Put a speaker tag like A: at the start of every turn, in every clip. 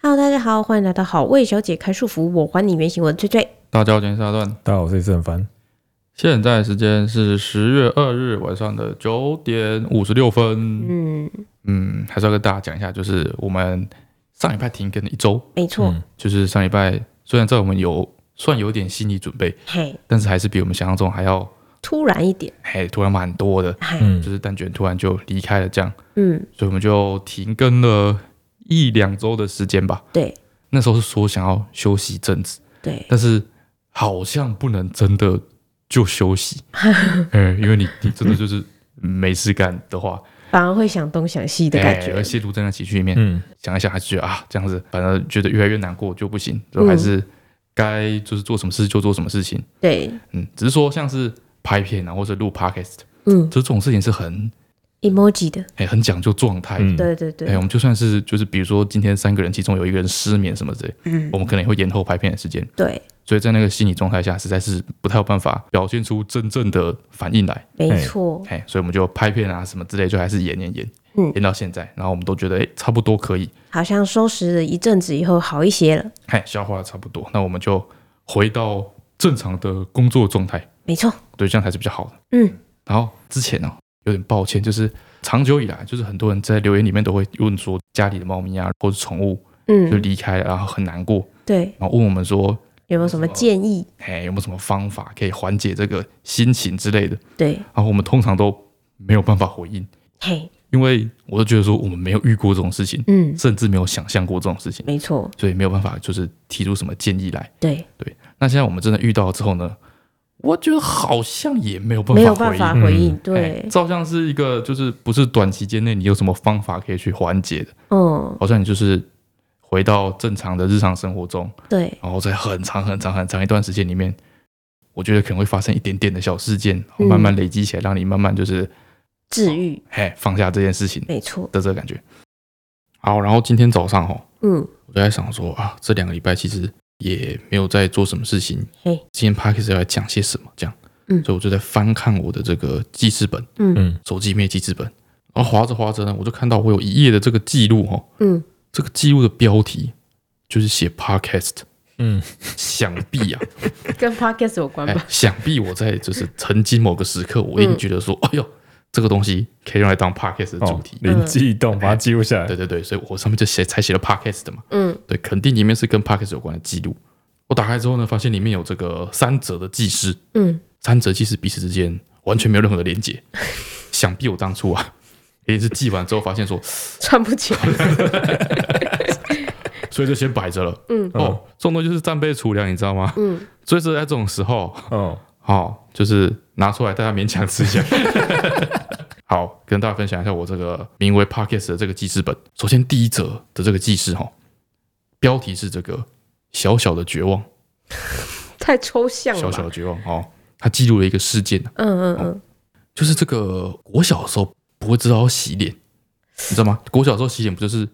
A: Hello，大家好，欢迎来到好味小姐开束缚，我还你原形，我是翠翠。
B: 大家好，我是沙段。
C: 大家好，我是郑凡。
B: 现在时间是十月二日晚上的九点五十六分。
A: 嗯，
B: 嗯，还是要跟大家讲一下，就是我们上礼拜停更了一周，
A: 没错，
C: 嗯
B: 就是上礼拜虽然在我们有算有点心理准备，
A: 嘿，
B: 但是还是比我们想象中还要，
A: 突然一点，
B: 嘿，突然蛮多的。
A: 嘿，
C: 嗯
B: 就是蛋卷突然就离开了，这样，
A: 嗯，
B: 所以我们就停更了一两周的时间吧。
A: 对
B: 那时候是说想要休息一阵子，
A: 对，
B: 但是好像不能真的就休 息，嗯，因为你你真的就是没事干的话，
A: 反而会想东想西的感
B: 哎
A: 觉。
B: 而陷入在那情绪里面，
C: 嗯，
B: 想一想还是觉得啊，这样子反而觉得越来越难过就不行，就
A: 嗯
B: 还是该就是做什么事就做什么事情，
A: 对，
B: 嗯，只是说像是拍片啊，或者录 podcast，
A: 嗯
B: 就这种事情是很
A: ，emoji 的，
B: 哎、很讲究状态的。
C: 嗯
A: 对对对
B: 哎、，我们就算是就是，比如说今天三个人，其中有一个人失眠什么之类，
A: 嗯，
B: 我们可能也会延后拍片的时间。
A: 对，
B: 所以在那个心理状态下，实在是不太有办法表现出真正的反应来，
A: 没错，
B: 哎，所以我们就拍片啊什么之类，就还是演演演，
A: 嗯
B: 演到现在，然后我们都觉得哎差不多可以，
A: 好像收拾了一阵子以后好一些了，
B: 哎，消化的差不多，那我们就回到正常的工作状态，
A: 没错，
B: 对，这样才是比较好的。
A: 嗯，
B: 然后之前哦，有点抱歉，就是长久以来，就是很多人在留言里面都会问说家里的猫咪啊或者宠物就
A: 嗯，
B: 离开了，然后很难过，
A: 对，
B: 然后问我们说，
A: 有没有什么建议？
B: 哎，有没有什么方法可以缓解这个心情之类的？
A: 对，
B: 然后啊我们通常都没有办法回应，
A: 嘿，
B: 因为我都觉得说我们没有遇过这种事情，
A: 嗯，
B: 甚至没有想象过这种事情，
A: 没错，
B: 所以没有办法就是提出什么建议来。
A: 对，
B: 那现在我们真的遇到之后呢，我觉得好像也没有办
A: 没有
B: 法回
A: 办法
B: 应。
C: 应
A: 回应，
B: 哎
A: 对，
B: 照像是一个就是不是短期间内你有什么方法可以去缓解的，
A: 嗯，
B: 好像你就是回到正常的日常生活中，
A: 对，
B: 然后在很长很长很长一段时间里面，我觉得可能会发生一点点的小事件，然后慢
A: 嗯
B: 慢累积起来，让你慢慢就是
A: 治愈，
B: 嘿放下这件事情。
A: 没错，
B: 的这个感觉。好，然后今天早上哦，
A: 嗯，
B: 我就在想说啊，这两个礼拜其实也没有在做什么事情，
A: 嘿，
B: 今天 p a c k e t 要来讲些什么这样，
A: 嗯
B: 所以我就在翻看我的这个记事本，
C: 嗯
B: 手机里面的记事本，然后划着划着呢，我就看到我有一页的这个记录哦，
A: 嗯，
B: 这个记录的标题就是写 podcast，
C: 嗯，
B: 想 必啊，
A: 跟 podcast 有关
B: 哎？，想必我在就是曾经某个时刻，我一定
A: 嗯
B: 觉得说，哎呦，这个东西可以用来当 podcast 的主
C: 哦
B: 题，，
C: 灵机一动，把它记录下来
B: 对。对对，所以我上面就写才写了 podcast 的嘛。
A: 嗯，
B: 对，肯定里面是跟 Parkes 有关的记录。我打开之后呢，发现里面有这个三者的记事，
A: 嗯，
B: 三者记事彼此之间完全没有任何的连接。想必我当初啊， 也是记完之后发现说，
A: 串不起来。
B: 所以就先摆着了。
A: 嗯，
B: 哦，这种东西就是战备储粮，你知道吗？
A: 嗯，
B: 所以是在这种时候，
C: 哦，
B: 哦，就是拿出来大家勉强吃一下。 好，跟大家分享一下我这个名为 Parkes 的这个记事本。首先第一则的这个记事哈、哦，标题是这个小小的绝望。
A: 太抽象了
B: 小
A: 吧。
B: 小的哦绝望哦。他记录了一个事件，
A: 嗯嗯嗯，
B: 就是这个国小的时候不会知道要洗脸，你知道吗？国小的时候洗脸不就是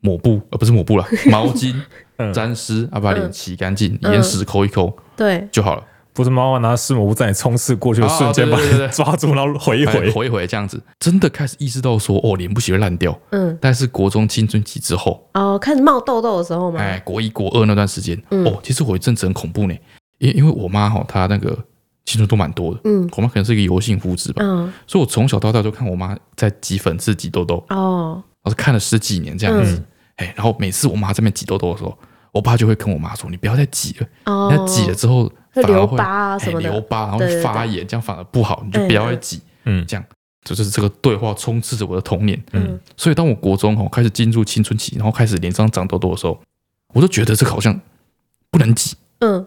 B: 抹布，呃，不是抹布啦，毛巾
C: 嗯
B: 沾湿，啊，把脸洗干净，
A: 嗯
B: 眼屎抠一抠
A: 对，
B: 就好了，
C: 不是猫啊，拿湿抹布在你冲刺过去的瞬间
B: 哦
C: 把
B: 对对对对
C: 你 抓住，然后回一
B: 哎
C: 回。
B: 回一回这样子，真的开始意识到说，哦，脸不洗会烂掉。
A: 嗯，
B: 但是国中青春期之后，
A: 哦，开始冒痘痘的时候嘛，
B: 哎，国一国二那段时间，
A: 嗯
B: 哦，其实我有一阵子很恐怖呢，因因为我妈哈，她那个青春痘蛮多的，
A: 嗯
B: 我妈可能是一个油性肤质吧，
A: 嗯，
B: 所以我从小到大就看我妈在挤粉刺、挤痘痘，
A: 哦，
B: 我是看了十几年这样
A: 嗯
B: 子。哎、然后每次我妈这边挤痘痘的时候，我爸就会跟我妈说：“你不要再挤了，
A: 哦，
B: 那、挤了之后
A: 会
B: 反而
A: 留
B: 会
A: 疤啊
B: 哎
A: 什么的
B: 留疤，然后
A: 对对哎
B: 会发炎，这样反而不好，你就不要再挤。
C: 嗯
B: 这样，这就是这个对话充斥着我的童年。
A: 嗯，
B: 所以当我国中哦开始进入青春期，然后开始脸上长痘痘的时候，我就觉得这个好像不能挤，
A: 嗯，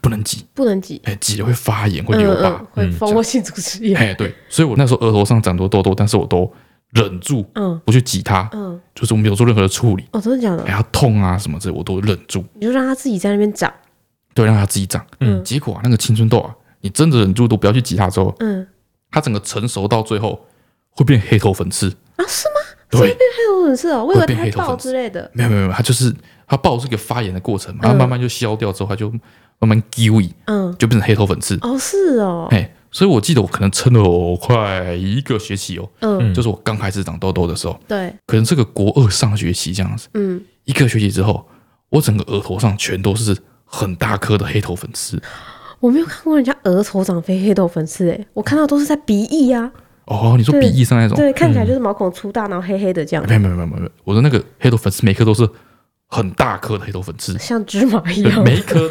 B: 不能挤，
A: 不能挤，
B: 哎，挤了会发炎，会
A: 嗯
B: 留疤。
A: 嗯，会蜂窝性组织炎，
B: 哎，对，所以我那时候额头上长多痘痘，但是我都忍住
A: 嗯
B: 不去挤它，
A: 嗯，
B: 就是我没有做任何的处理，
A: 哦，真的假的
B: 哎，？它痛啊什么之类，我都忍住，
A: 你就让它自己在那边长，
B: 对，让它自己长。
A: 嗯
B: 结果啊，那个青春痘啊，你真的忍住都不要去挤它之后，
A: 嗯，
B: 它整个成熟到最后会变黑头粉刺。
A: 啊，是吗？
B: 对，
A: 还有粉刺哦，我以为
B: 会变
A: 它
B: 黑头
A: 爆
B: 粉刺
A: 之类的，
B: 没有没有没有，它就是它爆是一个发炎的过程嘛，它
A: 嗯
B: 慢慢就消掉之后，它就慢慢 E， gooey
A: 嗯，
B: 就变成黑头粉刺。
A: 哦，是哦，
B: 哎，所以我记得我可能撑了快一个学期哦，
A: 嗯，
C: 嗯
B: 就是我刚开始长痘痘的时候，
A: 对，
B: 可能这个国二上学期这样子，
A: 嗯，
B: 一个学期之后，我整个额头上全都是很大颗的黑头粉刺。
A: 我没有看过人家额头长黑黑豆粉刺，哎，我看到都是在鼻翼啊，
B: 哦，嗯你说
A: 对
B: 鼻翼上那种？
A: 对，看起来就是毛孔粗大，然后黑黑的这样
B: 没，有没有没有没有没有，我的那个黑头粉刺每颗都是很大颗的黑头粉刺，
A: 像芝麻一
B: 对，
A: 样。
B: 每一颗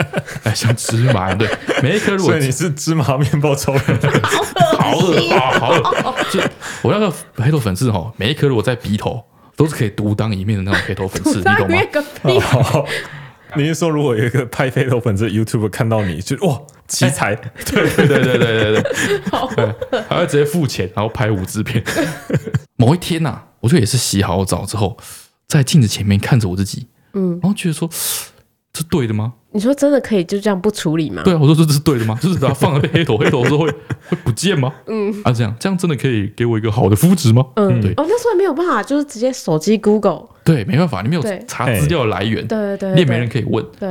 B: 哎像芝麻一样，对，每一颗如果
C: 所以你是芝麻面包超人，
B: 好恶啊，好恶！就我那个黑头粉刺哈，每一颗如果在鼻头都是可以独当一面的那种黑头粉刺，你
A: 大
B: 懂吗啊
A: 约？个屁！
C: 好哦你是说如果有一个拍黑头粉这 YouTube 看到你就哇奇才，
B: 哎对对对对对对对对，还会直接付钱，然后拍五支片。 某一天呐、我就也是洗好澡之后，在镜子前面看着我自己，嗯，然后觉得说这对的吗？
A: 你说真的可以就这样不处理吗？
B: 对啊，我说这这是对的吗？就是把它放了被黑头，黑头之后会 会不见吗？嗯啊，这样这样真的可以给我一个好的肤质吗？
A: 嗯
B: 对，
A: 哦，那时候也没有办法，就是直接手机 Google，
B: 对，没办法，你没有
A: 对
B: 查资料的来源，
A: 对对对，
B: 嗯你也没人可嗯以问。
A: 对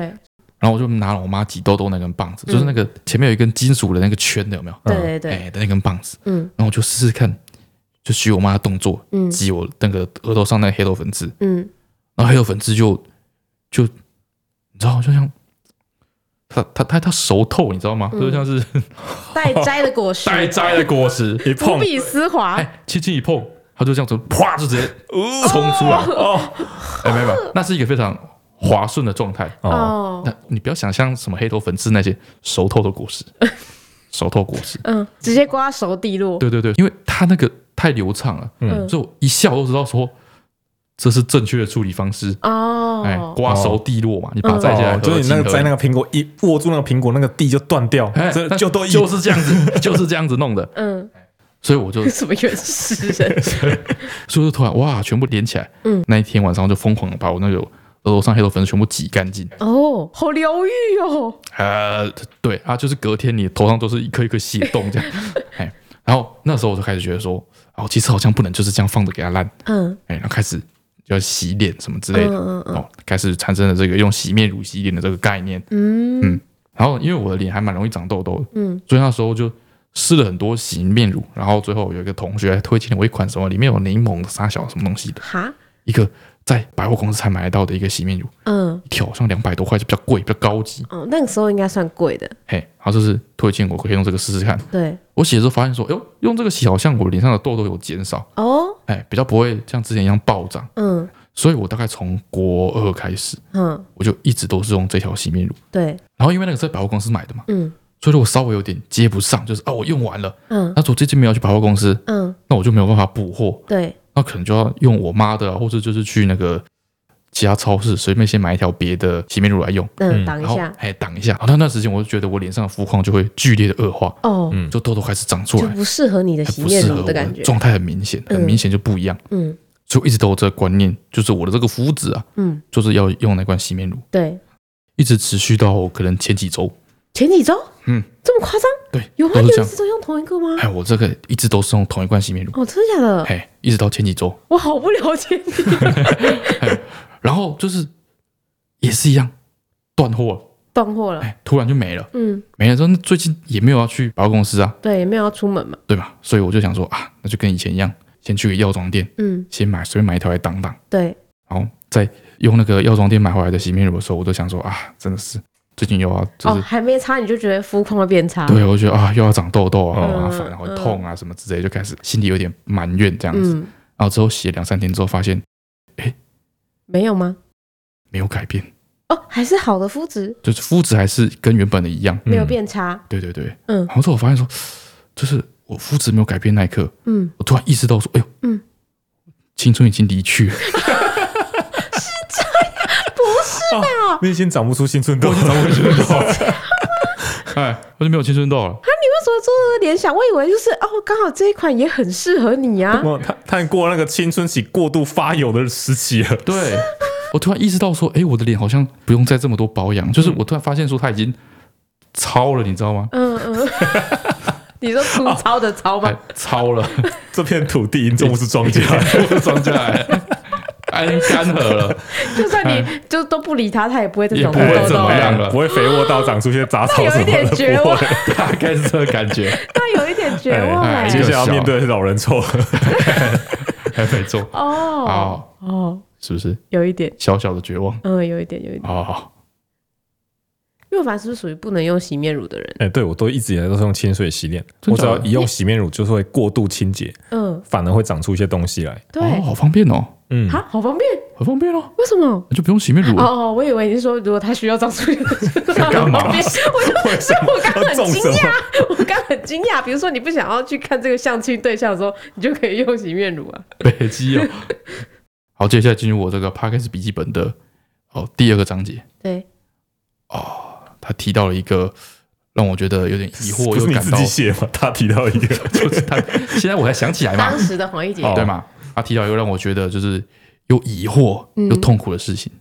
B: 然后我就拿了我妈挤痘痘那根棒子，就是那个前面有一根金属的那个圈的，有没有？
A: 对嗯对对，
B: 哎的那根棒子，
A: 嗯
B: 然后我就试试看，就学我妈的动作，
A: 嗯
B: 挤我那个额头上那个黑头粉刺，
A: 嗯，
B: 然后黑头粉刺就就你知道，就像它它它它熟透，你知道吗？
A: 嗯
B: 就像 是
A: 待摘的果 实，
B: 待摘的果实，
C: 一
A: 无
C: 碰
A: 比丝滑，
B: 哎，轻轻一碰，它就这样子，啪就直接冲出来。
C: 哦
B: 哎，没有没有，那是一个非常滑顺的状态。
C: 哦，
A: 哦，
B: 那你不要想象什么黑头粉刺那些熟透的果 实，熟透果实。
A: 嗯，直接刮手底落，
B: 对对对，因为它那个太流畅了，
A: 嗯
B: 所以我一笑都知道说这是正确的处理方式。哎
A: 哦，，
B: 瓜熟蒂落嘛，你把它摘下来
C: 哦
B: 合
C: 就是你那个
B: 合
C: 摘那个苹果一握住那个苹果，那个蒂就断掉
B: 哎，，
C: 这
B: 但
C: 就都一
B: 就是这样子， 就是这样子弄的。
A: 嗯，
B: 所以我就，
A: 什么原始 人？
B: 所以我就突然哇，全部连起来。
A: 嗯，
B: 那一天晚上就疯狂地把我那个额头上黑头粉刺全部挤干净。
A: 哦，好疗愈哦，
B: 呃，对啊，就是隔天你头上都是一颗一颗血 洞这样，哎，然后那时候我就开始觉得说，哦，其实好像不能就是这样放着给它烂，
A: 嗯
B: 哎，然后开始就要洗脸什么之类
A: 嗯
B: 的，
A: 嗯嗯
B: 哦，开始产生了这个用洗面乳洗脸的这个概念，
A: 嗯
B: 然后因为我的脸还蛮容易长痘痘的，
A: 嗯，
B: 所以那时候就试了很多洗面乳，然后最后有一个同学还推荐我一款什么里面有柠檬的啥小什么东西的，
A: 哈，
B: 一个在百货公司才买得到的一个洗面乳，
A: 嗯。
B: 一条好像两百多块，就比较贵，比较高级，
A: 哦，那个时候应该算贵的，
B: 嘿，然后就是推荐我可以用这个试试看。
A: 对
B: 我洗的时候发现说，哎呦，用这个洗好像我脸上的痘痘有减少，
A: 哦，
B: 哎，比较不会像之前一样暴涨。
A: 嗯
B: 所以我大概从国二开始，
A: 嗯，
B: 我就一直都是用这条洗面乳。
A: 对，
B: 然后因为那个是在百货公司买的嘛，
A: 嗯
B: 所以我稍微有点接不上，就是啊，我用完了，
A: 嗯
B: 那我最近没有去百货公司，
A: 嗯，
B: 那我就没有办法补货，
A: 对，
B: 那可能就要用我妈的啊、或者就是去那个其他超市随便先买一条别的洗面乳来用，
A: 嗯，
C: 嗯
A: 挡一
B: 然后
A: 下，
B: 哎挡一下。然后那段时间我就觉得我脸上的肤况就会剧烈的恶化，
A: 哦，
C: 嗯
B: 就痘痘开始长出
A: 就
B: 来。
A: 不适合你的
B: 还
A: 洗
B: 哎不
A: 面
B: 适合
A: 乳
B: 我
A: 的感觉，
B: 状态很明显，很
A: 嗯
B: 明显就不一样。
A: 嗯
B: 所以我一直都有这个观念，就是我的这个肤质啊，
A: 嗯，
B: 就是要用那罐洗面乳，
A: 对，
B: 一直持续到可能前几周。
A: 前几周，
B: 嗯，
A: 这么夸张，
B: 对，
A: 有吗？
B: 都
A: 你
B: 是
A: 们
B: 这
A: 一直。
B: 样
A: 都用同一个吗？
B: 哎，我这个一直都是用同一罐洗面乳，
A: 哦，真的假的？
B: 哎，一直到前几周，
A: 我好不了解 你。
B: 然后就是也是一样断货了，
A: 断货了。
B: 哎，突然就没了，
A: 嗯，
B: 没了之后，那最近也没有要去百货公司啊，
A: 对，没有要出门嘛。
B: 对吧？所以我就想说啊，那就跟以前一样，先去个药妆店，
A: 嗯，
B: 先买随便买一条来挡挡。
A: 对，
B: 然后在用那个药妆店买回来的洗面乳的时候，我都想说啊，真的是最近又要就
A: 哦，
B: 是、
A: 还没擦你就觉得肤况会变差。
B: 对我就觉得啊又要长痘痘啊，好麻烦，
A: 嗯
B: 然后痛啊什么之类，就开始心里有点埋怨这样子。
A: 嗯，
B: 然后之后洗了两三天之后，发现
A: 没有吗？
B: 没有改变，
A: 哦，还是好的肤质，
B: 就是肤质还是跟原本的一样。
A: 没有
C: 嗯
A: 变差。
B: 对对对，
A: 嗯
B: 然后之后我发现说，就是我肤质没有改变那一刻，
A: 嗯，
B: 我突然意识到说，哎呦，
A: 嗯，
B: 青春已经离 去了，啊
C: 哦你已经长不出青春痘，
B: 长不出 青春痘，哎，我就没有青春痘了。
A: 你为什么做这个联想？我以为就是哦，刚好这一款也很适合你啊。
C: 哇，他他过那个青春期过度发油的时期了，
B: 对，我突然意识到说，哎，我的脸好像不用再这么多保养，就是我突然发现说，它已经糙了，你知道吗？
A: 嗯嗯， 你说粗糙的糙
B: 哎
A: 吗？，
B: 糙了，
C: 这片土地已经种不出庄稼了。
B: 我长下来。安干涸了，
A: 就算你就都不理他，他也 不会再
B: 哎也
A: 找
B: 不
A: 过
B: 会
A: 痘
B: 怎
A: 痘
B: 么。样了
C: 不会肥沃到长出些杂草什么
A: 那有一点绝
C: 的，不
A: 望
C: 会。
B: 大概是这个感觉，
A: 他有一点绝望
B: 哎
A: 哎、
B: 哎
C: 接下来
B: 这个
C: 要
B: 小
C: 面对的是啊老人臭，
B: 还哎没中，
A: 哦
B: 哦，
A: 哦，
B: 是不是？
A: 有一点，
B: 小小的绝望，
A: 嗯，有一点，有一点。
B: 好好好，
A: 若凡是不是属于不能用洗面乳的人？
C: 哎、对我都一直以来都是用清水洗脸，
B: 真
C: 我
B: 假
C: 只
A: 啊
B: 的
C: 要一用洗面乳就是会过度清洁，
A: 嗯，
C: 反而会长出一些东西来。
A: 对，
B: 哦，好方便哦，
C: 嗯，
A: 好好方便，
B: 好方便哦，
A: 为什么？
B: 就不用洗面乳
A: 哦
B: 了，
A: 哦，我以为你是说如果他需要长出一 个
B: 干嘛
A: 我就所以我刚
C: 要
A: 很
C: 种
A: 惊
C: 什么
A: 讶，我刚很惊讶。比如说你不想要去看这个相亲对象的时候，你就可以用洗面乳啊。
B: 北极 哦。好，接下来进入我这个 p a c k a s 笔记本的哦第二个章节，
A: 对，
B: 他提到了一个让我觉得有点疑惑
C: 不是
B: 又
C: 你
B: 感
C: 自
B: 到
C: 己，写吗？他提到 一个，
B: 就是他现在我才想起来嘛
A: 当，时的黄奕杰，
C: 哦
B: 对嘛？他提到一个让我觉得就是又疑惑
A: 嗯
B: 又痛苦的 事情，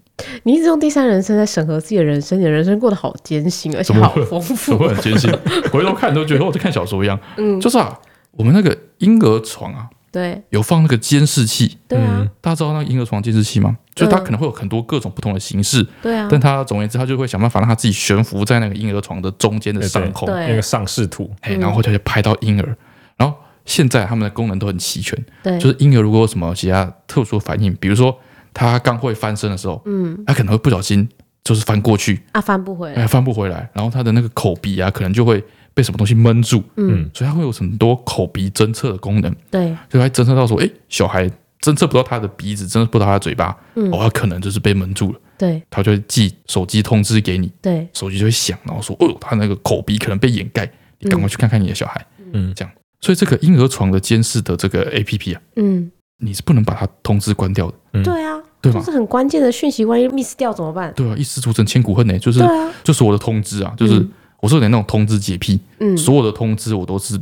A: 你一直用第三人称在审核自己的人生，你的人生过得好艰辛，而且
B: 怎么
A: 好
B: 会
A: 丰
B: 怎
A: 富
B: 么会
A: 哦。
B: 很艰辛？回头看都觉得我在看小说一样。
A: 嗯，
B: 就是啊，我们那个婴儿床啊，
A: 对
B: 有放那个监视器，
A: 对啊，
B: 大家知道那个婴儿床监视器吗？就是它
A: 嗯
B: 可能会有很多各种不同的形式，
A: 对啊，
B: 但它总而言之，它就会想办法让它自己悬浮在那个婴儿床的中间的上空，
A: 对
C: 那个上视图，
B: 哎，然后它就拍到婴儿。然后现在他们的功能都很齐全，
A: 对，
B: 就是婴儿如果有什么其他特殊反应，比如说他刚会翻身的时候，
A: 嗯
B: 他可能会不小心就是翻过去，
A: 啊，翻不回来，
B: 哎，翻不回来，然后他的那个口鼻啊，可能就会被什么东西闷住，
A: 嗯，
B: 所以它会有很多口鼻侦测的功能，
A: 对，
B: 所以它侦测到说，哎，小孩侦测不到他的鼻子，侦测不到他的嘴巴，
A: 嗯
B: 哦，他可能就是被闷住了，
A: 对
B: 他就会寄手机通知给你，
A: 对，
B: 手机就会响，然后说，哦，他那个口鼻可能被掩盖，你赶快去看看你的小孩，
C: 嗯
B: 这样，所以这个婴儿床的监视的这个 A P P 啊，
A: 嗯，
B: 你是不能把它通知关掉的，
C: 嗯
A: 对啊，
B: 对
A: 就
B: 吗
A: 是？很关键的讯息，万一 miss 掉怎么办？
B: 对啊，一失足成千古恨呢、就是
A: 对啊，
B: 就是我的通知啊，就是
A: 嗯
B: 我是有点那种通知洁癖，
A: 嗯，
B: 所有的通知我都是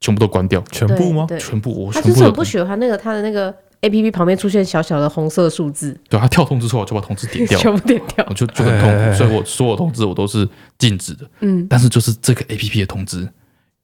B: 全部都关掉，
C: 全
A: 对
C: 部吗？
A: 对，
B: 全部我
A: 他
B: 全
A: 就是
B: 部
A: 很
B: 都
A: 不喜欢那个他的那个 A P P 旁边出现小小的红色数字，
B: 对他跳通知之后，我就把通知点 掉，
A: 全部点掉
B: 我。就就很痛
C: 哎哎哎
B: 苦，所以我所有通知我都是禁止的，
A: 嗯，
B: 但是就是这个 A P P 的通知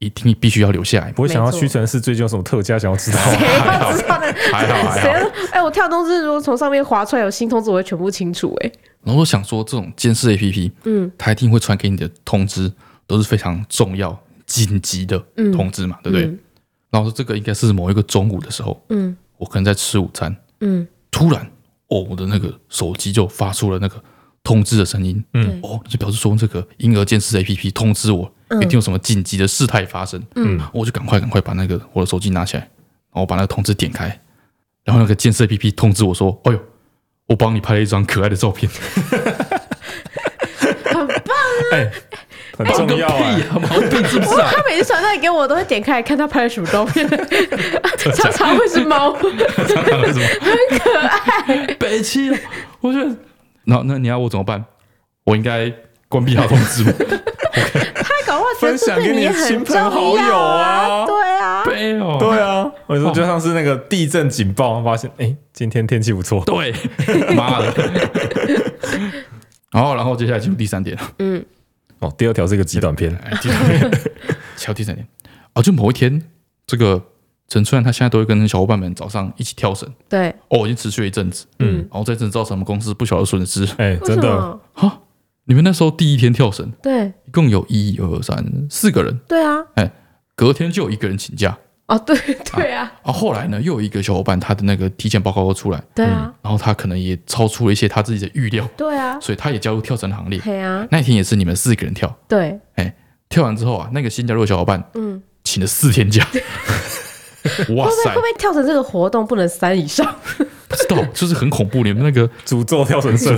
B: 一定必须要留下来。
C: 不会想
A: 没
C: 要
A: 错
C: 屈臣氏最近有什么特价想要知道吗？
A: 谁要知道呢？
B: 还好 还
A: 谁
B: 好，
A: 要？ 哎，我跳通知如果从上面划出来有新通知，我会全部清除。哎，
B: 然后我想说这种监视 A P P，
A: 嗯
B: 它一定会传给你的通知都是非常重要、紧急的
A: 嗯
B: 通知嘛，对不对？
A: 嗯
B: 然后我说这个应该是某一个中午的时候，
A: 嗯
B: 我可能在吃午餐，
A: 嗯，
B: 突然哦，我的那个手机就发出了那个通知的声音，
A: 嗯
B: 哦，就表示说这个婴儿监视 A P P 通知我
A: 嗯
B: 一定有什么紧急的事态发生，
A: 嗯，
B: 我就赶快赶快把那个我的手机拿起来，然后把那个通知点开，然后那个监视 A P P 通知我说，哎呦，我帮你拍了一张可爱的照片，
A: 很棒。
C: 哎， 很重要
B: 个
C: 哎
B: 屁、啊，毛病是不是、啊？
A: 他每次传上来给我，我都会点开来看他拍了什么照片， 常常会是猫。
B: 蟑螂是吗？很可爱，北七了，我觉得，那那你要我怎么办？我应该关闭他通知吗？
A: 他搞不好觉得这对也很重
C: 分享给你的亲朋好友
A: 要
C: 啊
A: 对啊，
B: 没有，
C: 对啊，我说就像是那个地震警报，发现哎、今天天气不错，
B: 对， 妈的。然后，然后接下来进入第三点，
A: 嗯
C: 哦，第二条是一个极短篇，
B: 哎，第三点，敲第三点啊，就某一天，这个陈春兰他现在都会跟小伙伴们早上一起跳绳，
A: 对，
B: 哦，已经持续了一阵子，
A: 嗯，
B: 然后这阵子造成我们公司不小的损失。
C: 哎、
A: 为
C: 真
A: 什
C: 的，
A: 么？
B: 哈，你们那时候第一天跳绳，
A: 对
B: 一共有一二三四个人，
A: 对啊，
B: 隔天就有一个人请假，
A: 哦对对啊，
B: 啊，后来呢，又有一个小伙伴，他的那个体检报告又出来，
A: 对
C: 嗯
A: 啊，
B: 然后他可能也超出了一些他自己的预料，
A: 对啊，
B: 所以他也加入跳绳行列。
A: 嘿啊，
B: 那一天也是你们四个人跳，
A: 对，
B: 跳完之后啊，那个新加入的小伙伴
A: 嗯，
B: 请了四天 假，哇
A: 会不会
B: 塞
A: 会不，会跳成这个活动不能三以上？
B: 不知道就是很恐怖。你们那个
C: 诅咒跳 绳社，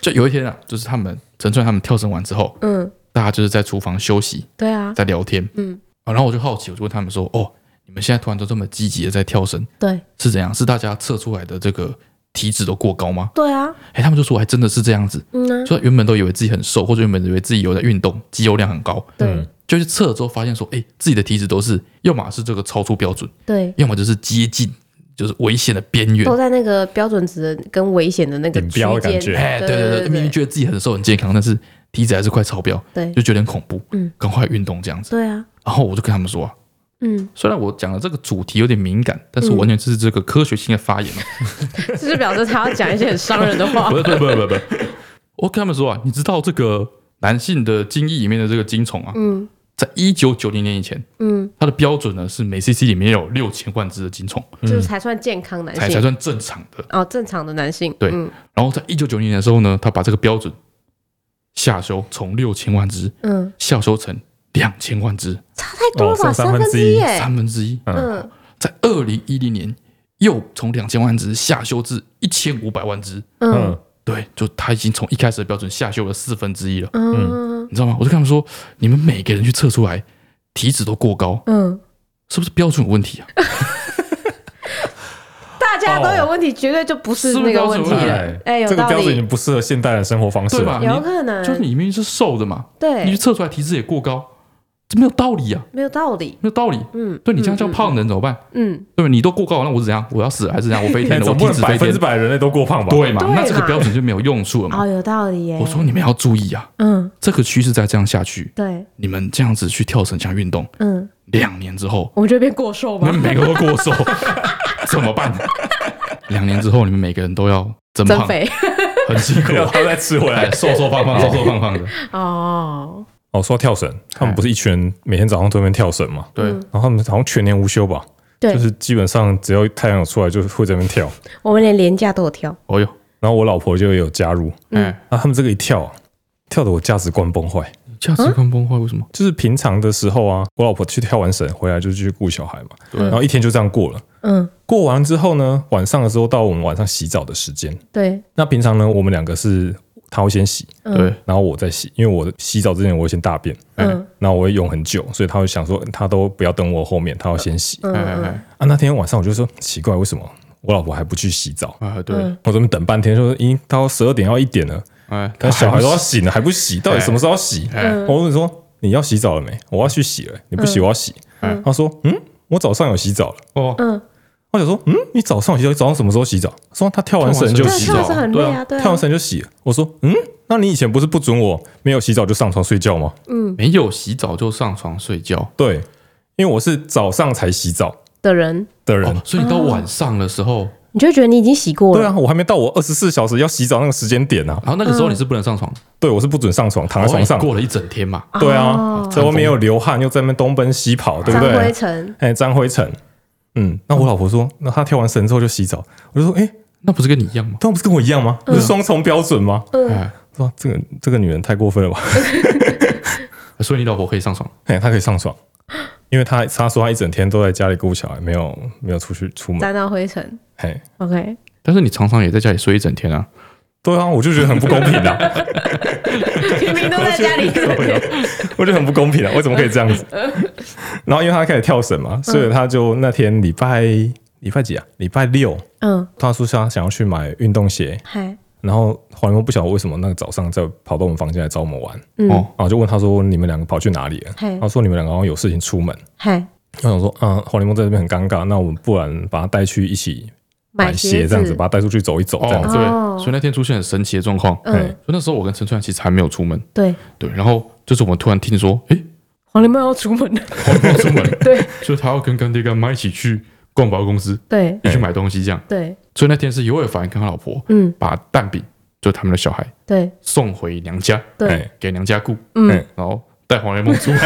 B: 就有一天啊，就是他们陈川他们跳绳完之后，
A: 嗯，
B: 大家就是在厨房休息，
A: 对啊，
B: 在聊天，
A: 嗯
B: 啊，然后我就好奇，我就问他们说，哦，你们现在突然都这么积极的在跳绳，
A: 对
B: 是怎样？是大家测出来的这个体脂都过高吗？
A: 对啊，
B: 哎，他们就说，还真的是这样子。
A: 嗯啊，
B: 所以原本都以为自己很瘦，或者原本以为自己有在运动，肌肉量很高，
C: 嗯
A: 对
B: 就去测了之后发现说，哎、自己的体脂都是要么是这个超出标准，
A: 对，
B: 要么就是接近就是危险的边缘
A: 都。在那个标准值跟危险的那个
C: 顶
A: 区
C: 标的感
A: 间，
C: 觉
B: 哎、对对对，明明觉得自己很瘦很健康，但是体脂还是快超标，
A: 对
B: 就觉得很恐怖，
A: 嗯
B: 赶快运动这样子。
A: 对啊，
B: 然后我就跟他们说、啊，
A: 嗯，
B: 虽然我讲的这个主题有点敏感，但是我完全是这个科学性的发言、哦。
A: 这就表示他要讲一些很伤人的 话
B: 不。是不是不是不是，不是我跟他们说啊，你知道这个男性的精液里面的这个精虫啊，
A: 嗯
B: 在一九九零年以前，
A: 嗯，
B: 它的标准呢是每 cc 里面有六千万只的精虫，
C: 嗯
A: 就是才算健康男
B: 才才
A: 性
B: 算正常的。
A: 哦，正常的男性。
B: 对
A: 嗯
B: 然后在一九九零年的时候呢，他把这个标准下修，从六千万只
A: 嗯，
B: 下修成两千万只，
A: 差太多了吧，
C: 哦三
A: 三
C: 分
A: 分
C: 之
A: 之
C: 一
A: 一耶。
B: 三分之一。
A: 嗯，
B: 在二零一零年又从两千万只下修至一千五百万只，
A: 嗯
C: 嗯，
B: 对，就他已经从一开始的标准下修了四分之一了，
A: 嗯
B: 你知道吗？我就跟他们说，你们每个人去测出来体脂都过高，
A: 嗯，
B: 是不是标准有问题啊？
A: 大家都有问题，绝对就不是那个问题
B: 是不是
A: 了
B: 哎。
A: 哎，有
C: 这个
A: 道
C: 标准已
A: 理
C: 经，不适合现代的生活方式
B: 对
C: 了。
B: 吧？
A: 有
B: 你
A: 可能，
B: 就是你明明是瘦的嘛，你去
A: 对，
B: 测出来体脂也过高，这没有道理啊，
A: 没有道理。
B: 没有道理。
A: 嗯，
B: 对你这样叫胖的人怎么办？
A: 嗯，
B: 对吧？你都过高了，那我是怎样？我要死了还是怎样？我飞
C: 哎
B: 天了，我
C: 总不
B: 体
C: 能
B: 脂
C: 百
B: 飞
C: 分
B: 天
C: 之，百人类都过胖吧？
B: 对 嘛？
A: 对嘛
B: 那这个标准就没有用处了嘛
A: 哦，。有道理耶。
B: 我说你们要注意啊，
A: 嗯，
B: 这个趋势再这样下去，
A: 对，
B: 你们这样子去跳绳墙运动，
A: 嗯，
B: 两年之后，
A: 我们就会变过瘦
B: 你
A: 吗
B: 们？每个都过 瘦，怎么办？两年之后，你们每个人都要 增
A: 增
B: 胖，
A: 肥
B: 很 辛苦
C: 没。有，他再吃回
B: 哎，
C: 来。
B: 瘦瘦胖胖，瘦瘦胖胖的。
A: 哦，
C: 哦，说到跳绳，他们不是一群人每天早上都在那边跳绳嘛？
B: 对，
A: 嗯
C: 然后他们好像全年无休吧？
A: 对
C: 就，是基本上只要太阳有出来，就会在那边跳。
A: 我们连廉价都有挑。
B: 哦哟，
C: 然后我老婆就有加入，
A: 嗯
B: 哎，
C: 啊，他们这个一跳、啊，跳的我价值观崩坏。
B: 价值观崩坏，为什么？
C: 就是平常的时候啊，我老婆去跳完绳回来就去顾小孩嘛，
B: 对
C: 然后一天就这样过了。
A: 嗯，
C: 过完之后呢，晚上的时候到我们晚上洗澡的时间。
A: 对，
C: 那平常呢，我们两个是她会先洗，
A: 嗯
B: 对，
C: 然后我再洗，因为我洗澡之前我会先大便，
A: 嗯
C: 然后我会用很久，所以她会想说她都不要等我后面，她要先洗、
B: 哎
A: 嗯
B: 哎
C: 啊。那天晚上我就说奇怪，为什么我老婆还不去洗澡？
B: 哎，啊，
A: 嗯
B: 对，
C: 我这边等半天，说咦，到十二点要一点了，
B: 哎，
C: 但小孩都要醒了还不洗，到底什么时候要洗？
B: 哎，
C: 我问说你要洗澡了没？我要去洗了，你不洗我要洗。
B: 嗯
C: 他说嗯，我早上有洗澡了。
B: 哦，
A: 嗯，
C: 我想说嗯，你早上有洗澡，你早上什么时候洗澡？说他跳完绳
B: 有
C: 就
A: 对，
C: 洗
A: 跳
B: 跳
C: 澡
A: 的是
B: 完绳澡
A: 很累啊，对啊，
C: 跳完绳就洗了。我说嗯，那你以前不是不准我没有洗澡就上床睡觉吗？
B: 没有洗澡就上床睡觉
C: 对，因为我是早上才洗澡
A: 的人，
C: 的人
B: 哦，。所以你到晚上的时候，
A: 你就会觉得你已经洗过
C: 对
A: 了。
C: 啊，我还没到我二十四小时要洗澡那个时间点啊！
B: 然后那个
A: 嗯
B: 时候你是不能上床的，
C: 对，我是不准上床，躺在床上
B: 哦。过了一整天嘛，
C: 对啊
A: 哦，
C: 在外面又流汗，又在那边东奔西跑，对
A: 张
C: 不对？
A: 灰尘，
C: 哎，沾灰尘。嗯，那我老婆说，那她跳完绳之后就洗澡，我就说，哎、
B: 那不是跟你一样吗？
C: 她不是跟我一样吗？
A: 嗯
C: 不是双重标准吗？
B: 哎，
C: 说这个这个女人太过分了吧？
B: 所以你老婆可以上床，
C: 哎，她可以上床，因为她她说她一整天都在家里顾小孩，没有没有出去出门。
A: 沾到灰尘。
C: 哎，
A: OK，
B: 但是你常常也在家里睡一整天啊。
C: 对啊，我就觉得很不公平啊！
A: 明明都在家里
C: 我觉得很不公平啊！为什么可以这样子？然后因为她开始跳绳嘛，所以她就那天礼拜礼拜几啊？礼拜六，
A: 嗯，
C: 她说她想要去买运动鞋，
A: 嗨，
C: 然后黄连梦不晓得为什么那个早上在跑到我们房间来找我们玩。
A: 嗯，
B: 哦，
C: 然后就问他说：“你们两个跑去哪里了？”
A: 嗨
C: 他说：“你们两个好像有事情出门。
A: 嗨，”
C: 我想说：“啊，黄连梦在这边很尴尬，那我们不然把他带去一起买鞋
A: 鞋
C: 这样子，把他带出去走一走这样
B: 哦，
C: 子。
B: 对
A: 哦，
B: 所以那天出现很神奇的状况。
A: 嗯，
B: 所以那时候我跟陈川其实还没有出门，
A: 对，
B: 对，然后就是我们突然听说，诶，
A: 黄连梦要出门了。
B: 黄磊要出门，
A: 对，
B: 就是他要跟干爹干妈一起去逛百货公司，
A: 对，
B: 一起去买东西这样。
A: 对，
B: 所以那天是尤尔凡跟他老婆
A: 嗯，
B: 把蛋饼，就是他们的小孩
A: 对，
B: 送回娘家，
A: 对，
C: 哎
B: 给娘家顾，
A: 嗯，
B: 然后带黄连梦出门。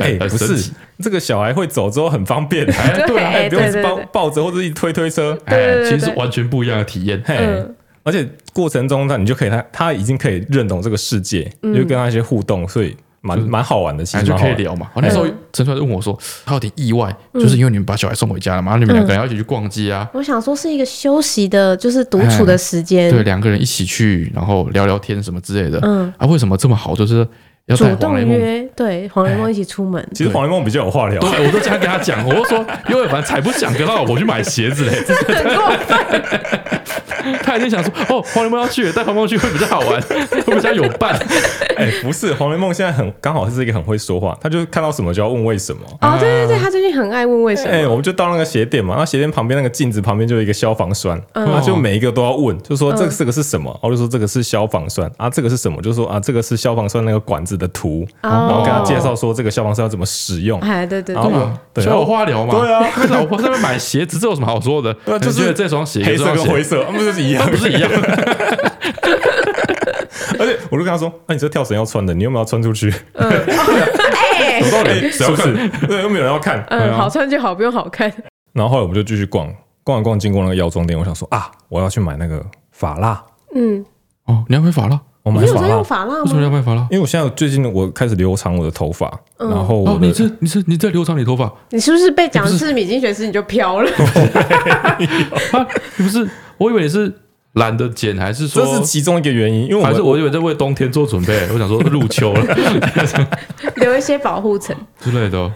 C: 哎，
B: 很
C: 不
B: 神
C: 是
B: 奇，
C: 这个小孩会走之后很方 便，
B: 哎，对啊，
C: 哎，
A: 哎
C: 不用一
A: 对
C: 直
A: 对
C: 抱
A: 对
C: 抱着或者一直推推车。
A: 对
B: 哎，
A: 对对
B: 其实是完全不一样的体验。
C: 嘿，
A: 嗯
C: 而且过程中呢，你就可以他他已经可以认同这个世界，
A: 嗯
C: 就跟他一些互动，所以蛮蛮好玩的，其
B: 哎，
C: 实
B: 就
C: 蛮好
B: 可以
C: 玩的。
B: 聊嘛。哦那时候陈川就问我说，
A: 嗯
B: 他有点意外，就是因为你们把小孩送回家了嘛，然后你们两个人要一起去逛街啊，
A: 我想说是一个休息的，就是独处的时间，
B: 对，两个人一起去，然后聊聊天什么之类的。
A: 嗯，
B: 啊，为什么这么好？就是要带
A: 主
B: 黄
A: 动
B: 雷梦。
A: 约，对，黄连梦一起出门，
C: 其实黄连梦比较有话聊，
B: 对，我都这样跟他讲，我就说尤伟凡才不想跟他老婆去买鞋 子嘞，
A: 很过分，
B: 他已经想说哦，黄连梦要去，带黄连梦去会比较好玩，会比较有 伴。
A: 嗯
C: 哎，不是黄连梦现在很刚好是一个很会说话，他就是看到什么就要问为什么，
A: 哦，对对对，他最近很爱问为什
C: 哎、
A: 么，
C: 我们就到那个鞋店嘛，那鞋店旁边那个镜子旁边就有一个消防栓，
A: 嗯
C: 他就每一个都哦要问，就说这个这个是什么，我就说这个是消防栓啊，这个是什么，就说啊这个是消防栓那个管子子的图，
A: 哦
C: 然后给他介绍说这个消防车要怎么使用。
A: 哎，对对
C: 然后
A: 对，
C: 我对
B: 所以我话聊嘛，
C: 对啊，
B: 老婆在那边买鞋子，这有什么好说的？
C: 对啊就是
B: 你觉得这双鞋
C: 黑
B: 这
C: 色跟
B: 双鞋
C: 灰色，啊不是一 样
B: 它？不是 一样？
C: 而且我就跟他说：“哎那、你这跳绳要穿的，你有没有要穿出去？
A: 嗯哎
C: 有，道理，是不是？对，又没有人要看。对
A: 嗯，
C: 啊
A: 好穿就好，不用好看。
C: 然后后来我们就继续逛，逛一逛，经过那个药妆店，我想说啊，我要去买那个法蜡，
A: 嗯，
B: 哦，你要买法拉？
C: 我买
A: 你有
C: 法
A: 在
C: 蜡
A: 用，法蜡
B: 为什么要
A: 吗？
B: 买法拉？
C: 因为我现在最近我开始留长我的头发，
A: 嗯
C: 然后
B: 哦
C: 我，的、
B: 你这你是你在留长你头发
A: 你是不是被讲
B: 不是
A: 是米津玄师你就飘 了？
B: 啊？你不是？我以为你是懒得剪，还是说
C: 这是其中一个原因，因为我
B: 还
C: 们
B: 是我以为在为冬天做准备？我想说入秋 了
A: 留一些保护层。
B: 之类的哦。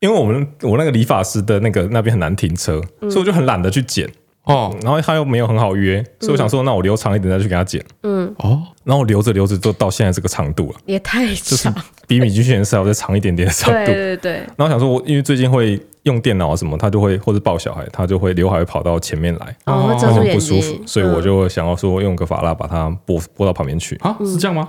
C: 因为我们我那个理发师的那个那边很难停车，
A: 嗯
C: 所以我就很懒得去剪，
B: 哦
C: 然后他又没有很好约，所以我想说，那我留长一点再去给他剪。
A: 嗯，
B: 哦，
C: 然后我留着留着就到现在这个长度了，
A: 也太
C: 就是
A: 长。
C: 比米津玄师还要再长一点点的长
A: 对
C: 度。
A: 对对，
C: 然后想说我，因为最近会用电脑啊什么，他就会或者抱小孩，他就会刘海会跑到前面来，
A: 哦，会
C: 他
A: 遮
C: 很
A: 住眼
C: 不舒
A: 睛
C: 服，，所以
A: 嗯
C: 我就想要说用个发蜡把它拨拨到旁边去。
B: 啊，是这样吗？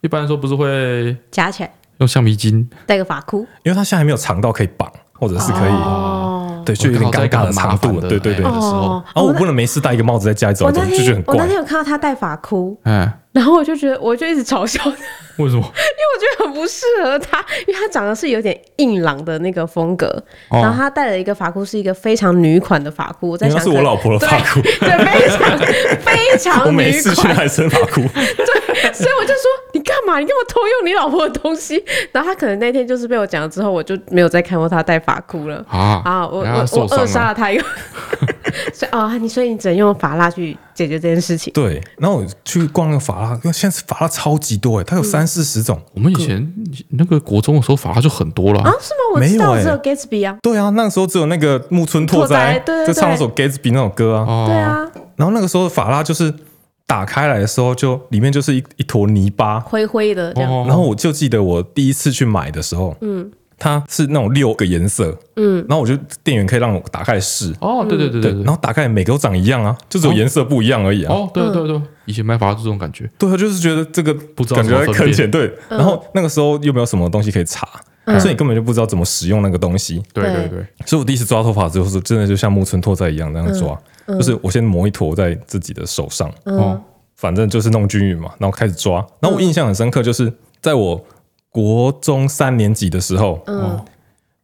B: 一般来说不是会
A: 嗯夹起来，
B: 用橡皮筋？
A: 戴个发箍，
C: 因为它现在还没有长到可以绑，或者是可以，
A: 哦
C: 对，就有点
B: 我刚好
C: 尴
B: 在
C: 尬
B: 干
C: 长
B: 麻烦
C: 度了，
B: 的
C: 对对对。
B: 哎
C: 然
B: 的时候
A: 哦，
C: 后我
A: 那
C: 不能没事戴一个帽子在家里走
A: 我
C: 来走
A: 那
C: 去，就觉
A: 天
C: 得很
A: 我那
C: 怪
A: 天。有看到他戴发箍，
B: 哎，
A: 然后我就觉得，我就一直嘲笑他， 因为
B: 为什么？
A: 我觉得很不适合他，因为他长得是有点硬朗的那个风格，
B: 哦
A: 然后他戴了一个发箍，是一个非常女款的发箍，我在
C: 因为
A: 想
C: 那是我老婆的发箍，
A: 可能对，非 常非
C: 我
A: 常
C: 每
A: 女
C: 次去
A: 款，
C: 还生发 箍，
A: 所以我就说你干嘛？你干嘛偷用你老婆的东西？然后他可能那天就是被我讲了之后，我就没有再看过他戴发箍了。
B: 啊
A: 啊，我
B: 等下
A: 我我
B: 受伤
A: 扼杀了他一个， 所以啊，你所以你只能用法蜡去解决这件事情。
C: 对。然后我去逛那个法拉，因为现在法拉超级多哎，它有
A: 嗯
C: 三四十种。
B: 我们以前那个国中的时候，法拉就很多了
A: 啊，
B: 啊
A: 是吗？我知道
C: 没有欸
A: 只有 Gatsby 啊，
C: 对啊，那个时候只有那个木村拓哉
A: 拓哉对对
C: 在
A: 对
C: 唱那首《Gatsby》那首歌啊。
B: 哦
A: 对啊，
C: 然后那个时候法拉就是打开来的时候，就里面就是一一坨泥巴。
A: 灰灰的这样，
B: 哦
C: 然后我就记得我第一次去买的时候，嗯，它是那种六个颜色，嗯，然后我就店员可以让我打开来试，
B: 哦，对对对
C: 对
B: 对，对，
C: 然后打开来每个都长一样啊，就只有颜色不一样而已啊。
B: 哦，对
A: 嗯
B: 对对，以前买法拉就这种感觉，
C: 对啊，就是觉得这个
B: 不知道
C: 感觉在
B: 怎么分
C: 坑
B: 辨
C: 钱，对。然后那个时候又没有什么东西可以查，所以你根本就不知道怎么使用那个东西。
B: 对
A: 对
B: 对对，
C: 所以我第一次抓头发之后，是真的就像木村拓哉一样那样抓，就是我先磨一坨在自己的手上，
A: 嗯
B: 哦，
C: 反正就是弄均匀嘛，然后开始抓。然后我印象很深刻，就是在我国中三年级的时候，
A: 嗯
B: 哦，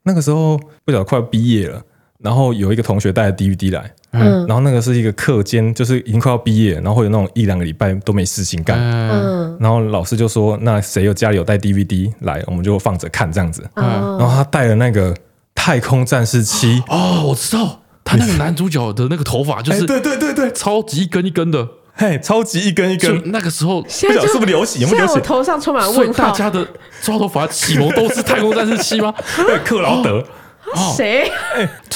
C: 那个时候不晓得快要毕业了，然后有一个同学带了 DVD 来，
A: 嗯
C: 然后那个是一个课间，就是已经快要毕业，然后会有那种一两个礼拜都没事情干。
B: 哎，
A: 嗯
C: 然后老师就说：“那谁有家里有带 DVD 来，我们就放着看这样子。”
A: 哦
C: 然后他带了那个《太空战士七》
B: 哦，我知道，他那个男主角的那个头发就
C: 哎，
B: 是
C: 对对对对，
B: 超级一根一根的，
C: 嘿，超级一根一
B: 就
C: 根，
B: 那个时候，
A: 现
C: 不
A: 在就
C: 晓得是不是流血有没
A: 现在
C: 有流
A: 我
C: 血
A: 头上充满
B: 所以
A: 啊问
B: 大
A: 号，
B: 家的抓头发启蒙都是太空战士七 吗？
C: 对，克劳德，
A: 哦谁？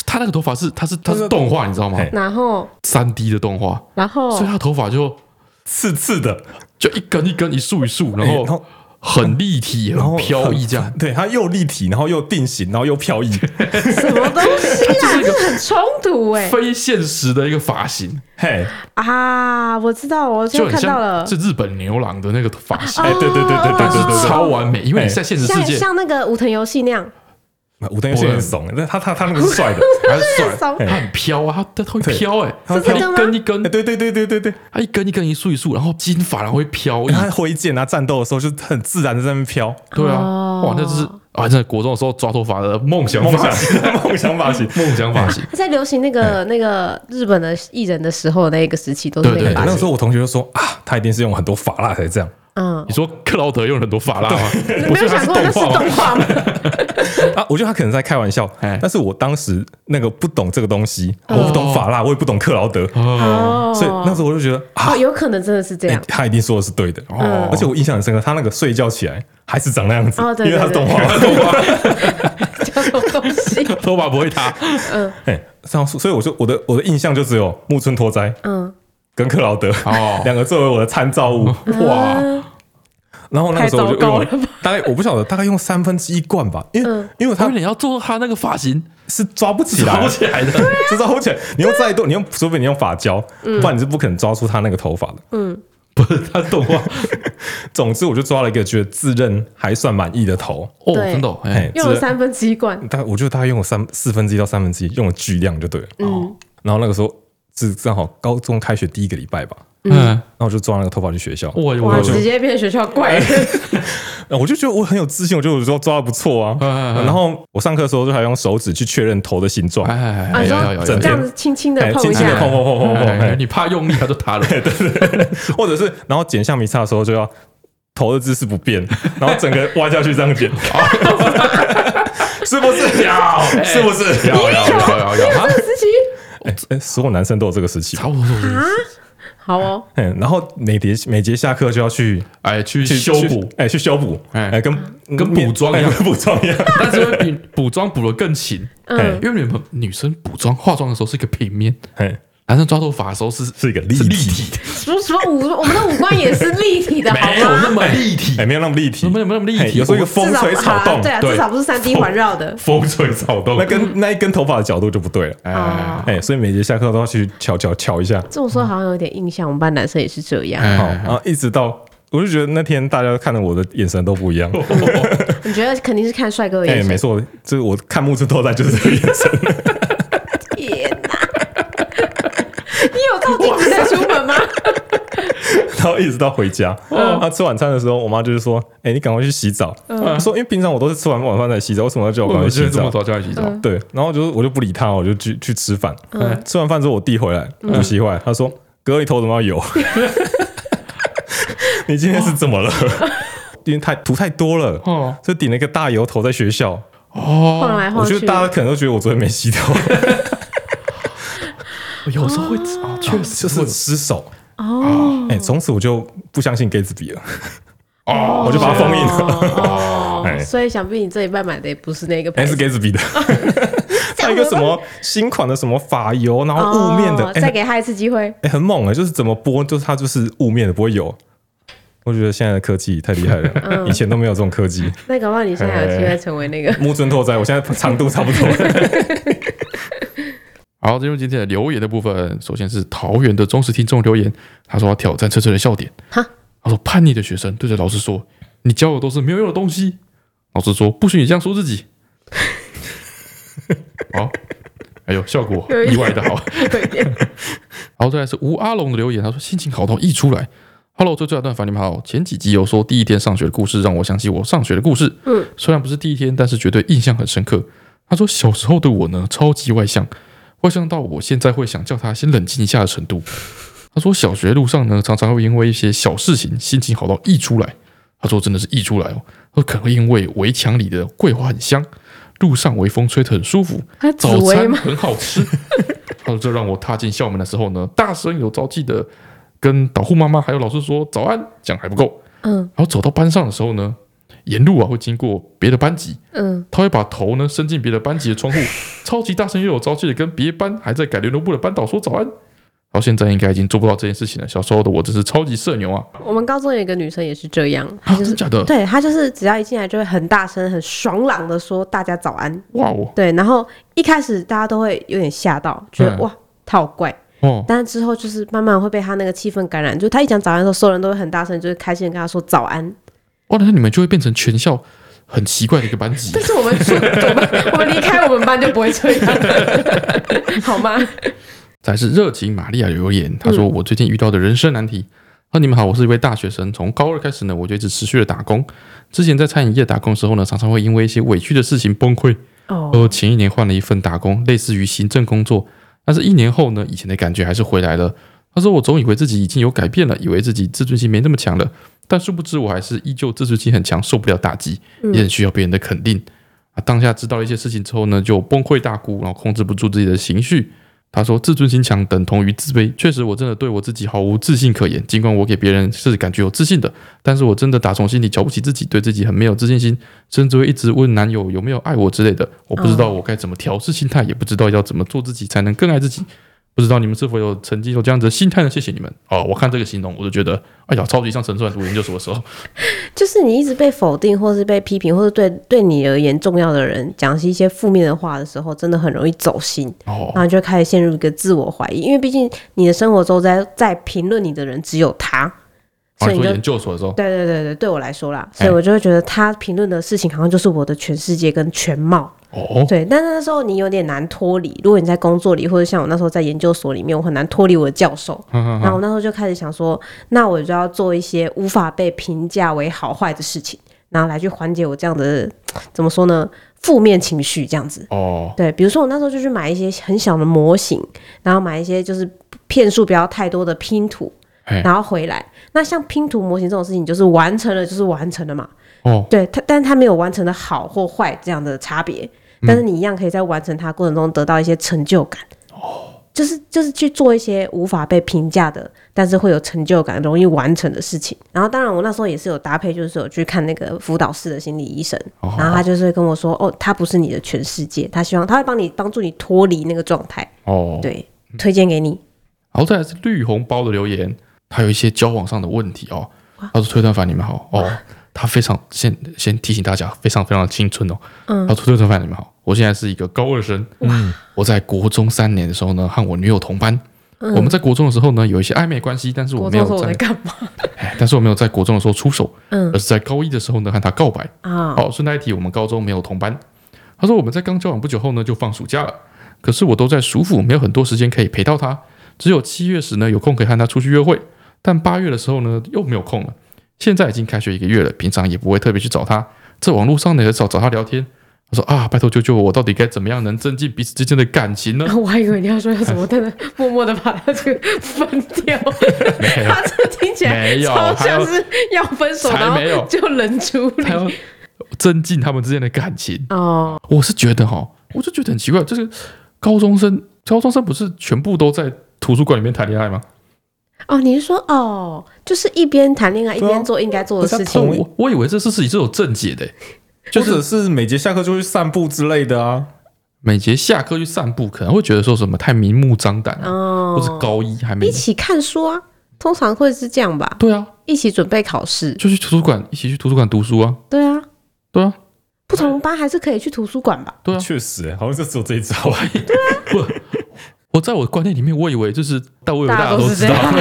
B: 他那个头发是，他是他是动画，你知道吗？
C: 嘿
A: 然后
B: 三 D 的动画，
A: 然后
B: 所以他头发就
C: 刺刺的，
B: 就一根一根、一束一束，然
C: 哎然后
B: 后很立体、
C: 然后
B: 很飘逸这样。
C: 对，它又立体，然后又定型，然后又 飘逸，
A: 什么东西啊？这很冲突哎
B: 非现实的一个发型，
C: 嘿，
A: 啊！我知道，我
B: 就
A: 现在
B: 很
A: 看到
B: 像
A: 了哦
B: 是。日本牛郎的那个发型，
C: 哎，对对对对对
B: 但是
C: 对对
B: 超完美，因为你在现实世
A: 像
B: 界
A: 像那个武藤游戏那样，
C: 对，武藤游戏很怂，但他他他那个是帅的，
B: 还是
A: 这
B: 帅，
A: 种
B: 它很飘啊，它它会飘哎，
C: 它
B: 它
C: 会飘
B: 一根一根
C: 哎，，对对对对对对，
B: 它一根一根一束一束，然后金发然后会飘逸，
C: 他挥剑啊战斗的时候就很自然的在那边飘，
B: 对啊，
A: 哦
B: 哇，那就是啊，真的国中的时候抓头发的梦想
C: 梦
B: 发型，
C: 想梦想发型。
B: 梦想发型，
A: 在流行那个那个日本的艺人的时候，那个时期都是
B: 对
A: 那
B: 对
A: 个
C: 对，
A: 发
C: 哎那个
A: 型。
C: 时候我同学就说啊，他一定是用很多法蜡才这样。
A: 嗯
B: 你，说克劳德用了很多发蜡吗？
A: 你没有想过那是动画吗？
C: 啊，我觉得他可能在开玩笑
B: 哎，
C: 但是我当时那个不懂这个东西，我不懂法蜡，我也不懂克劳德，
B: 哦
A: 哦
C: 所以那时候我就觉得啊，
A: 哦，有可能真的是这
C: 哎
A: 样。
C: 他一定说的是对的。
B: 哦
C: 而且我印象很深刻，他那个睡觉起来还是长那样子，
A: 哦对
C: 因为他是
A: 对
C: 动
A: 对
C: 画。
A: 叫什么东西？
B: 头发不会塌，
C: 哎，这样说所以我就我的我的印象就只有木村拓哉
A: 嗯，
C: 跟克劳德
B: 哦 嗯
C: 两个作为我的参照物。
A: 嗯
B: 哇，
C: 然后那个时候我就
A: 太糟糕
C: 用
A: 了吧
C: 大概我不晓得大概用三分之一罐吧，因为
A: 嗯
C: 因为
B: 他
C: 他
B: 有点要做他那个发型，
C: 是抓不起来，
B: 抓不起 来的，
A: 啊
C: 这招好起来，你用再多，你用除非你用发胶，不然你是不可能抓出他那个头发的。嗯，
B: 不是他是动画
C: 总之，我就抓了一个觉得自认还算满意的头，
B: 哦，
A: 对
B: 真的、哦，哎、
C: 哎，
A: 用了
C: 自认
A: 三分之一罐，
C: 大我觉得大概用了三四分之一到三分之一，用了巨量就对了。
B: 哦
A: 嗯，
C: 然后那个时候是正好高中开学第一个礼拜吧，
B: 嗯，
C: 然后我就抓那个头发去学校，
B: 我哎
A: 哇，
B: 我
A: 直接变学校怪人，
C: 呃我就觉得我很有自信，我觉得我说抓的不错啊。
B: 嗯嗯嗯
C: 然后我上课的时候就还用手指去确认头的形状，
B: 哎哎
A: 啊，
B: 哎，
A: 你
B: 有有有
A: 说
B: 有
C: 整
A: 这
C: 天
A: 样子轻轻的
C: 哎
A: 碰
C: 轻
A: 一
C: 轻的
A: 下
C: 碰，碰碰碰碰，
B: 哎
C: 哎
B: 你怕用力它就塌 了，
C: 或者是然后剪橡皮擦的时候就要头的姿势不 变，然后整个弯下去这样剪，是不是？
B: 哎
C: 有，是不是？
B: 有有有有有，啊
A: 这个时期
C: 哎哎所有男生都有这个时期。
B: 差不多差不
A: 啊
B: 多，
A: 好哦，
C: 嗯，然后每节每节下课就要去
B: 哎，去
C: 去
B: 修补
C: 去，哎，去修补，
B: 哎
C: 哎，跟
B: 跟补妆一样
C: 哎跟补妆一样。
B: 但是会比补妆补的更勤，
A: 嗯，
B: 因为你们女生补妆化妆的时候是一个平面，
C: 哎，
B: 男生抓头发的时候是
C: 是一个立
B: 立
C: 体
B: 体的，
A: 什么什么五，我们的五官也是立体的，好
B: 没有那
A: 吗？
B: 么立体
C: 哎，，没有那么立体，
B: 没有那么立体
C: 哎有时候一个风
A: 至少
C: 吹草动
A: 啊，对啊，
B: 对嗯
A: 至少不是三 D 环绕的，
B: 风吹草动
C: 那，根那一根头发的角度就不对了。
B: 哎
A: 哦
C: 哎，所以每节下课都要去瞧瞧瞧一下，
A: 这么说好像有点印象，我们班男生也是这样。
B: 哎
C: 好，然后一直到我就觉得那天大家看的我的眼神都不一样。
A: 你觉得肯定是看帅哥的
C: 哎，
A: 眼
C: 没
A: 神？
C: 错，这我看木村拓哉就是这个眼 神。
A: 天哪！你有照镜子在出门吗？
C: 然后一直到回家，
B: 嗯
C: 然后吃晚餐的时候，我妈就是说：“哎，你赶快去洗澡。”我说：“因为平常我都是吃完晚饭才洗澡，为什么要叫我赶快
B: 我
C: 去洗
B: 现在这
C: 澡
B: 么？”早就要洗澡，
C: 对，然后就是我就不理他，我就去去吃饭。
A: 嗯
C: 哎吃完饭之后，我弟回来，我洗回来，他说：“哥，你头怎么要油？ 你今天是怎么了？ 因为太涂太多了，
B: 哦
C: 所以顶了一个大油头在学校。
A: 晃
B: 哦，
A: 来
C: 我
A: 晃
C: 觉得
A: 去，
C: 大家可能都觉得我昨天没 洗头，
B: 有时候会啊，确实
C: 就是
B: 会
C: 失手。
A: 哦，
C: 哎，从此我就不相信 Gatsby 了。
B: 哦，
C: 我就把它封印了
A: 哦了
C: 哎
A: 所以想必你这一半买的也不是那个
C: 哎，
A: 牌
C: 是
A: 子，
C: Gatsby 的，它有一个什么新款的什么发油，然后雾面的，
A: 哦
C: 哎
A: 再给他一次机会。
C: 哎、很猛哎、就是怎么播，就是它就是雾面的，不会有。我觉得现在的科技太厉害
A: 嗯
C: 了，以前都没有这种科技。
A: 那搞不好你现在有机会成为那个
C: 木村拓哉，我现在长度差不 多了。
B: 好，进入今天的留言的部分。首先是桃园的忠实听众留言，他说要挑战车车的笑点。
A: 哈
B: 他说叛逆的学生对着老师说：“你教我都是没有用的东西。”老师说：“不许你这样说自己。”好，哎呦，效果
A: 有一
B: 意外的好。
C: 哎
A: 对点。
B: 然后再来是吴阿龙的留言，他说心情好到溢出来。Hello，最最后一段凡你们好。前几集有说第一天上学的故事，让我想起我上学的故事。
A: 嗯，
B: 虽然不是第一天，但是绝对印象很深刻。他说小时候的我呢，超级外向，外向到我现在会想叫他先冷静一下的程度。他说小学路上呢，常常会因为一些小事情心情好到溢出来。他说真的是溢出来哦。他说可能会因为围墙里的桂花很香，路上微风吹得很舒服，
A: 他紫
B: 早
A: 薇
B: 餐
A: 吗？
B: 很好吃。 他说这让我踏进校门的时候呢，大声有朝气的跟导护妈妈还有老师说早安，讲还不够。
A: 嗯
B: 然后走到班上的时候呢，沿路啊会经过别的班级，
A: 嗯，
B: 他会把头呢伸进别的班级 的窗户，超级大声又有朝气的跟别班还在改联络部的班导说早安。然后现在应该已经做不到这件事情了。小时候的我真是超级社牛啊！
A: 我们高中有一个女生也是这样，她
B: 啊，
A: 哎就
B: 真
A: 是。
B: 假的？
A: 对她就是只要一进来就会很大声、很爽朗的说大家早安，
B: 哇哦
A: 对，然后一开始大家都会有点吓到，觉得、
B: 嗯
A: 哇，她好怪。
B: 哦
A: 但是之后就是慢慢会被她那个气氛感染，就她一讲早安的时候，所有人都会很大声，就是开心的跟她说早安。
B: 哇！那你们就会变成全校很奇怪的一个班级
A: 但。是我们出我们我们离开我们班就不会这样，好吗？
B: 才是热情玛利亚留言，他说我最近遇到的人生难题。啊，你们好，我是一位大学生，从高二开始呢，我就一直持续的打工。之前在餐饮业打工的时候呢，常常会因为一些委屈的事情崩溃。
A: 哦，
B: 而前一年换了一份打工，类似于行政工作，但是一年后呢，以前的感觉还是回来了。他说我总以为自己已经有改变了，以为自己自尊心没那么强了，但殊不知我还是依旧自尊心很强，受不了打击，
A: 嗯
B: 也很需要别人的肯定。啊，当下知道一些事情之后呢，就崩溃大哭，然后控制不住自己的情绪。他说：“自尊心强等同于自卑，确实，我真的对我自己毫无自信可言。尽管我给别人是感觉有自信的，但是我真的打从心底瞧不起自己，对自己很没有自信心，甚至会一直问男友有没有爱我之类的。我不知
A: 嗯
B: 道我该怎么调试心态，也不知道要怎么做自己才能更爱自己。不知道你们是否有曾经有这样子的心态呢？谢谢你们哦！我看这个形容，我就觉得，哎呀，超级像陈川读研究所的时候，
A: 就是你一直被否定，或是被批评，或是对对你而言重要的人讲一些负面的话的时候，真的很容易走心，然
B: 哦，
A: 后就开始陷入一个自我怀疑，因为毕竟你的生活周遭在评论你的人只有他，
B: 哦，
A: 所以
B: 你
A: 你
B: 说
A: 就
B: 研究所的时候，
A: 对对对对，对我来说啦，所
B: 哎
A: 以我就会觉得他评论的事情好像就是我的全世界跟全貌。
B: 哦，
A: 对，但是那时候你有点难脱离。如果你在工作里，或者像我那时候在研究所里面，我很难脱离我的教授。
B: 嗯
A: 然后我那时候就开始想说，那我就要做一些无法被评价为好坏的事情，然后来去缓解我这样的怎么说呢，负面情绪这样子。
B: 哦，
A: 对，比如说我那时候就去买一些很小的模型，然后买一些就是片数不要太多的拼图，
B: 嘿，
A: 然后回来。那像拼图模型这种事情，就是完成了就是完成了嘛，
B: 哦，
A: 对它，但它没有完成的好或坏这样的差别，但是你一样可以在完成它过程中得到一些成就感。哦，就是就是去做一些无法被评价的，但是会有成就感、容易完成的事情。然后，当然我那时候也是有搭配，就是有去看那个辅导室的心理医生，
B: 哦
A: 然后他就是会跟我说，哦，他不是你的全世界，他希望他会帮你帮助你脱离那个状态，
B: 哦，
A: 对，推荐给你。
B: 然后再来是绿红包的留言，他有一些交往上的问题哦。他说：“推断法你们好哦，他非常先先提醒大家，非常非常的青春哦。嗯，他说推断法你们好，我现在是一个高二生，嗯，我在国中三年的时候呢，和我女友同班。我们在国中的时候呢，有一些暧昧关系，但是我
A: 我嗯
B: 没
A: 中
B: 有
A: 说我在
B: 在，
A: 干 嘛
B: 哎但是我没有在国中的时候出手，
A: 嗯
B: 而是在高一的时候呢，和他告白。
A: 啊？
B: 好，哦顺带一提，我们高中没有同班。他说我们在刚交往不久后呢，就放暑假了。可是我都在暑府，没有很多时间可以陪到他。只有七月时呢，有空可以和他出去约会，但八月的时候呢，又没有空了。现在已经开学一个月了，平常也不会特别去找他，在网络上呢也少找他聊天。他说啊，拜托救救我，我到底该怎么样能增进彼此之间的感情呢？
A: 我还以为你要说要什么，但是默默的把它这个分掉。
B: 没有
A: 他这听起来
B: 没有
A: 超像是要分手，
B: 还
A: 然后
B: 没有
A: 就冷处理
B: 他。要增进他们之间的感情。
A: 哦，
B: 我是觉得哈，我就觉得很奇怪，就是高中生，高中生不是全部都在图书馆里面谈恋爱吗？
A: 哦，你是说哦，就是一边谈恋爱一
C: 对啊
A: 边做应该做的事
C: 不是啊
A: 情
C: 同
B: 哦我我以为这事情是有正解的、欸就
C: 或
B: 是
C: 者是每节下课就去散步之类的啊。
B: 每节下课去散步，可能会觉得说什么太明目张胆了、
A: 哦
B: 或者，高一还没
A: 一起看书啊，通常会是这样吧？
B: 对啊，
A: 一起准备考试，
B: 就去图书馆一起去图书馆读书啊，
A: 对啊，
B: 对啊，
A: 不同班还是可以去图书馆吧？
B: 对啊，
C: 确实、欸好像就只有这一招。啊
B: 我我在我观念里面，我以为就是但我以为
A: 大
B: 大
A: 家
B: 家
A: 都
B: 都
A: 是
B: 知
A: 这
B: 道。
A: 样